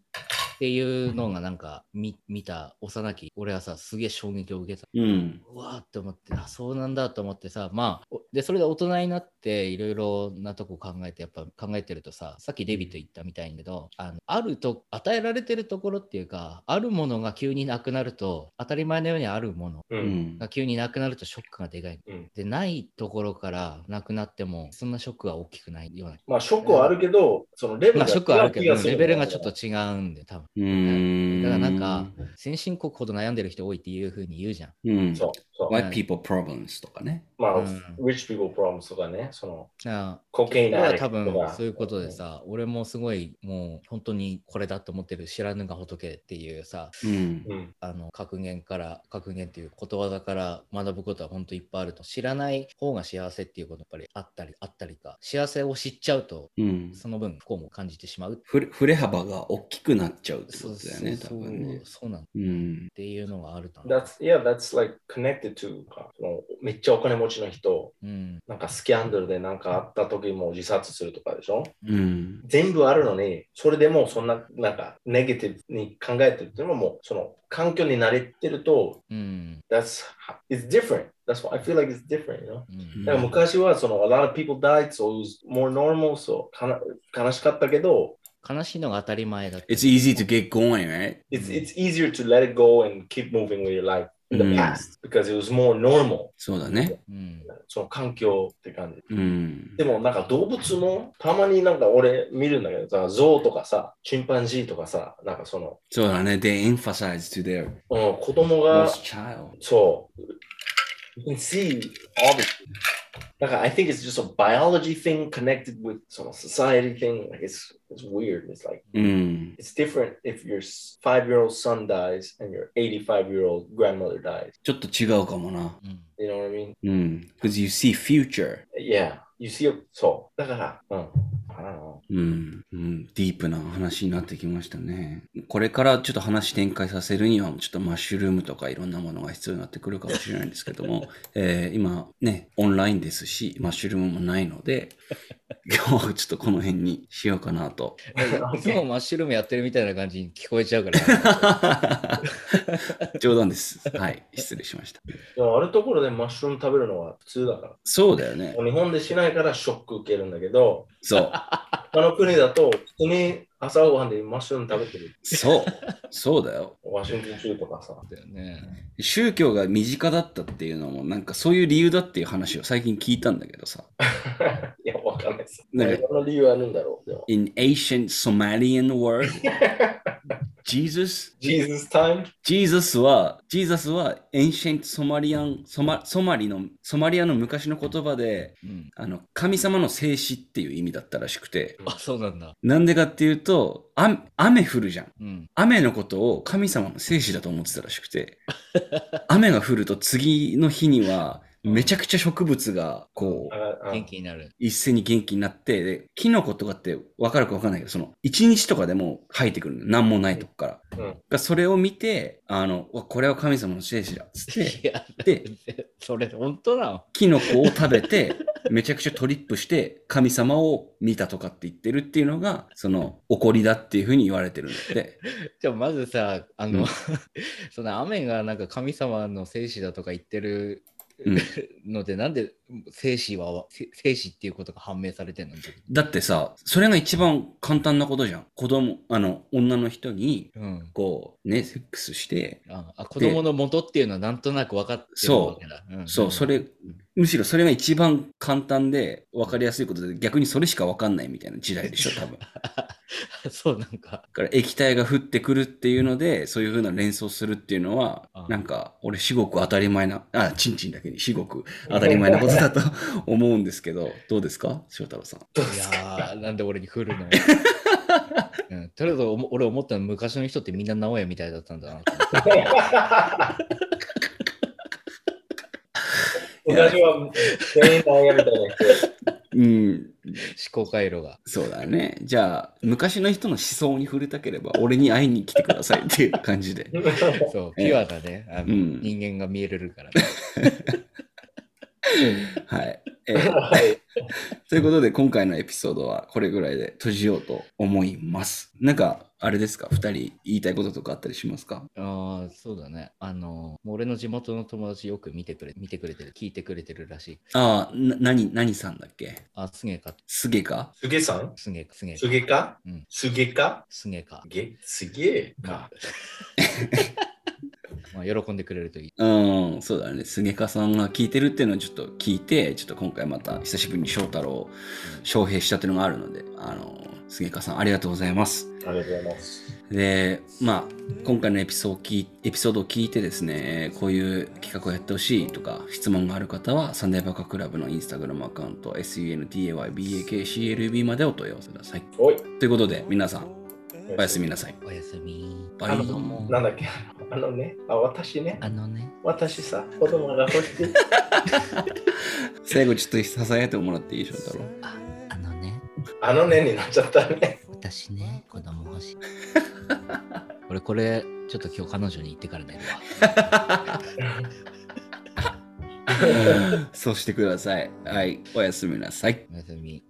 Speaker 3: っていうのがなんか見見た幼き俺はさすげえ衝撃を受けた
Speaker 1: うん、
Speaker 3: うわーって思ってあそうなんだと思ってさまあおでそれで大人になっていろいろなとこ考えてやっぱ考えてるとささっきデビット言ったみたいんだけどあのあると与えられてるところっていうかあるものが急になくなると当たり前のようにあるもの
Speaker 2: う。
Speaker 1: うんん
Speaker 3: が。急になくなるとショックがでかい。
Speaker 2: うん
Speaker 3: で、ないところからなくなっても、そんなショックは大きくないような。
Speaker 2: まあ、ショックはあるけど、そのレベル
Speaker 3: まあ、ショックはあるけど、
Speaker 2: 違う気す
Speaker 3: レ
Speaker 2: よ
Speaker 3: ベルがちょっと。違うんで、多分。
Speaker 1: うん。
Speaker 3: だからなんか、先進国ほど悩んでる人多いっていうふうに言うじゃん。
Speaker 1: うん、
Speaker 2: そう、そう。
Speaker 1: white people problems とかね。
Speaker 2: まあ、
Speaker 3: うん
Speaker 2: rich people problems とかね、その、
Speaker 3: だから
Speaker 2: コケイン
Speaker 3: 僕は
Speaker 2: ア
Speaker 3: 多分そういうことで
Speaker 2: さ
Speaker 3: さ、俺もすごいもう本当にこれだと思ってる知らぬが仏っていうさ、
Speaker 1: うん、
Speaker 2: うん。
Speaker 3: あの格言から格言っていうことわざから学ぶことは本当いっぱいあると知らない方が幸せっていうことやっぱりあったりあったりか幸せを知っちゃうと
Speaker 1: うん。
Speaker 3: その分不幸も感じてしまう。
Speaker 1: ふれ振れ幅が大きくなっちゃうってことだよね、多
Speaker 3: そう
Speaker 1: 分ね。
Speaker 3: そうなんっ
Speaker 1: うん。
Speaker 3: ていうのがあると思う。
Speaker 2: That's, yeah, that's like connected to かそのめっちゃお金持ちの人、
Speaker 3: うん。
Speaker 2: なんかスキャンダルでなんかあった時も自殺するとかでしょ
Speaker 1: うん。
Speaker 2: 全部あるのに、それでもうそんな、なんか、ネガティブに考えてるっていうのはもう、その、環境に慣れてると、
Speaker 3: うん。
Speaker 2: that's, it's different. That's why I feel like it's different, you know?
Speaker 3: うん
Speaker 2: だから昔は、その、a lot of people died, so it was more normal, so かな悲しかったけど、
Speaker 3: 悲しいのが当たり前だって。
Speaker 1: It's easy to get going, right?
Speaker 2: it's, it's easier to let it go and keep moving with your life.
Speaker 1: う
Speaker 2: in the
Speaker 1: うん
Speaker 2: past because it was more normal
Speaker 1: そうだね。
Speaker 3: うん。
Speaker 2: その環境って感
Speaker 1: う
Speaker 2: じ
Speaker 1: ん。
Speaker 2: でもなんか動物もたまになんか俺見るんだけどさゾウとかさチンパンジーとかさなんかその、
Speaker 1: そうだね。They emphasize to their
Speaker 2: うん、子供
Speaker 1: lost
Speaker 2: が
Speaker 1: child.
Speaker 2: そう you can see all the なんか I think it's just a biology thing connected with その society thing like it's it's weird it's like
Speaker 1: うん。
Speaker 2: it's different if your five year old son dies and your 85 year old grandmother dies.
Speaker 1: ちょっと違うかもな。
Speaker 3: うん。
Speaker 2: You know what I mean?
Speaker 1: うん。Because you see future.
Speaker 2: Yeah. You see, a, そう。だから、うん。I don't know.
Speaker 1: うん、うん、ディープな話になってきましたね。これからちょっと話展開させるには、ちょっとマッシュルームとかいろんなものが必要になってくるかもしれないんですけども、えー今ね、オンラインですし、マッシュルームもないので、今日はちょっとこの辺にしようかなと。 [laughs]
Speaker 3: い [laughs] つもマッシュルームやってるみたいな感じに聞こえちゃ
Speaker 1: [laughs]
Speaker 3: うから。
Speaker 1: 冗談です。はい、失礼しました。
Speaker 2: [laughs] でもあるところでマッシュルーム食べるのは普通だか
Speaker 1: そうだよね。
Speaker 2: ら。日本でしないからショック受けるんだけど、
Speaker 1: そう、
Speaker 2: 他の国だと普通に朝ごはんでマッシュルーム食べてる。
Speaker 1: そう、そうだよ。
Speaker 2: ワシントン州とかさ。
Speaker 3: だよね。
Speaker 1: 宗教が身近だったっていうのも、なんかそういう理由だっていう話を最近聞いたんだけどさ。
Speaker 2: いや、わかんないです。
Speaker 1: なんか
Speaker 2: 何の理由あるんだろう。でも
Speaker 1: in ancient Somalian word Jesus
Speaker 2: Jesus time?
Speaker 1: Jesus は Jesus は ancient Somalian ソマソマリのソマリアの昔の言葉で
Speaker 3: うん。
Speaker 1: あの神様の静止っていう意味だったらしくて
Speaker 3: あ、そうなんだ。
Speaker 1: なんでかっていうと雨雨降るじゃん
Speaker 3: うん。
Speaker 1: 雨のことを神様の静止だと思ってたらしくて雨が降ると次の日にはめちゃくちゃ植物がこう
Speaker 2: ああ
Speaker 3: 元気に
Speaker 1: [laughs]
Speaker 3: なる。
Speaker 1: 一斉に元気になって、で、キノコとかって分かるか分かんないけど、その、一日とかでも生えてくるの。なんもないとこから。
Speaker 2: うん
Speaker 1: だからそれを見て、あの、うわこれは神様の精子だ。つっ
Speaker 3: い
Speaker 2: [laughs]
Speaker 1: て、
Speaker 3: や、
Speaker 1: で、
Speaker 3: それ本当なの
Speaker 1: キノコを食べて、めちゃくちゃトリップして、神様を見たとかって言ってるっていうのが、その、怒りだっていうふうに言われてるんだって。
Speaker 3: じゃあまずさ、あの、
Speaker 1: うん
Speaker 3: [laughs] その雨がなんか神様の生死だとか言ってる
Speaker 1: うん。
Speaker 3: [laughs] ので、なんで生死は、せ生死っていうことが判明されてんの
Speaker 1: だってさ、それが一番簡単なことじゃん。子供、あの、女の人に、
Speaker 3: うん。
Speaker 1: こう、ね、セックスして、
Speaker 3: ああ子供の元っていうのはなんとなく分かってる
Speaker 1: そう
Speaker 3: わけだ。ん [laughs]
Speaker 1: そう、そ。れ、むしろそれが一番簡単で分かりやすいことで、逆にそれしか分かんないみたいな時代でしょ、多分。だ
Speaker 3: そう、なんか。
Speaker 1: から液体が降ってくるっていうので、そういうふうな連想するっていうのは
Speaker 3: あ、
Speaker 1: なんか、俺、至極当たり前な、あ、ちんちんだけに至極当たり前なことだと [laughs] 思うんですけど、どうですか、翔太郎さん。
Speaker 3: いやー、なんで俺に振るのうん、とりあえずおも俺思ったの昔の人ってみんな直哉みたいだったんだなと思って
Speaker 2: 昔は全員悩みたいな人。
Speaker 1: うん、
Speaker 3: 思考回路が。
Speaker 1: そうだね。じゃあ、昔の人の思想に触れたければ、俺に会いに来てくださいっていう感じで。
Speaker 3: そう、ピュアだね。あの
Speaker 1: うん
Speaker 3: 人間が見えれるから、ね。
Speaker 1: はい。えー
Speaker 2: はい
Speaker 1: ということで、今回のエピソードはこれぐらいで閉じようと思います。なんか、あれですか ?2 人言いたいこととかあったりしますか
Speaker 3: [laughs] ああ、そうだね。あの、もう俺の地元の友達よく見てくれ見てくれてる、聞いてくれてるらしい。
Speaker 1: ああ、な、何、何さんだっけ
Speaker 3: あ、すげえか、
Speaker 1: すげか
Speaker 2: すげさん
Speaker 3: すげえか、すげえ
Speaker 2: す
Speaker 3: か、
Speaker 2: げか
Speaker 3: うん
Speaker 2: すげか
Speaker 3: すげえか。
Speaker 2: げすげか。
Speaker 3: まあ、喜んでくれるといい。
Speaker 1: うん、そうだね。すげかさんが聞いてるっていうのをちょっと聞いて、ちょっと今回また久しぶりに翔太郎を招聘したっていうのがあるので、あの、すげかさんありがとうございます。
Speaker 2: ありがとうございます。
Speaker 1: でまあ今回のエピソードを聞いエピソードを聞いてですねこういう企画をやってほしいとか質問がある方はサンデーバカクラブのインスタグラムアカウント SUNDAYBAKCLB までお問い合わせください
Speaker 2: おい。
Speaker 1: ということで皆さんおやすみなさい
Speaker 3: おやすみ。
Speaker 1: バイ
Speaker 2: あのなんだっけあのね、あ、私ね、
Speaker 3: あのね。
Speaker 2: 私さ、子供が欲しい。
Speaker 1: 最後ちょっとささやいてもらっていい翔太郎
Speaker 3: あ、あのね。
Speaker 2: あのねになっちゃったね。
Speaker 3: 私ね、子供欲しい。 [laughs] 俺これ、ちょっと今日彼女に言ってから寝るわ。
Speaker 1: [laughs] そうしてくださいはいおやすみなさい
Speaker 3: おやすみ。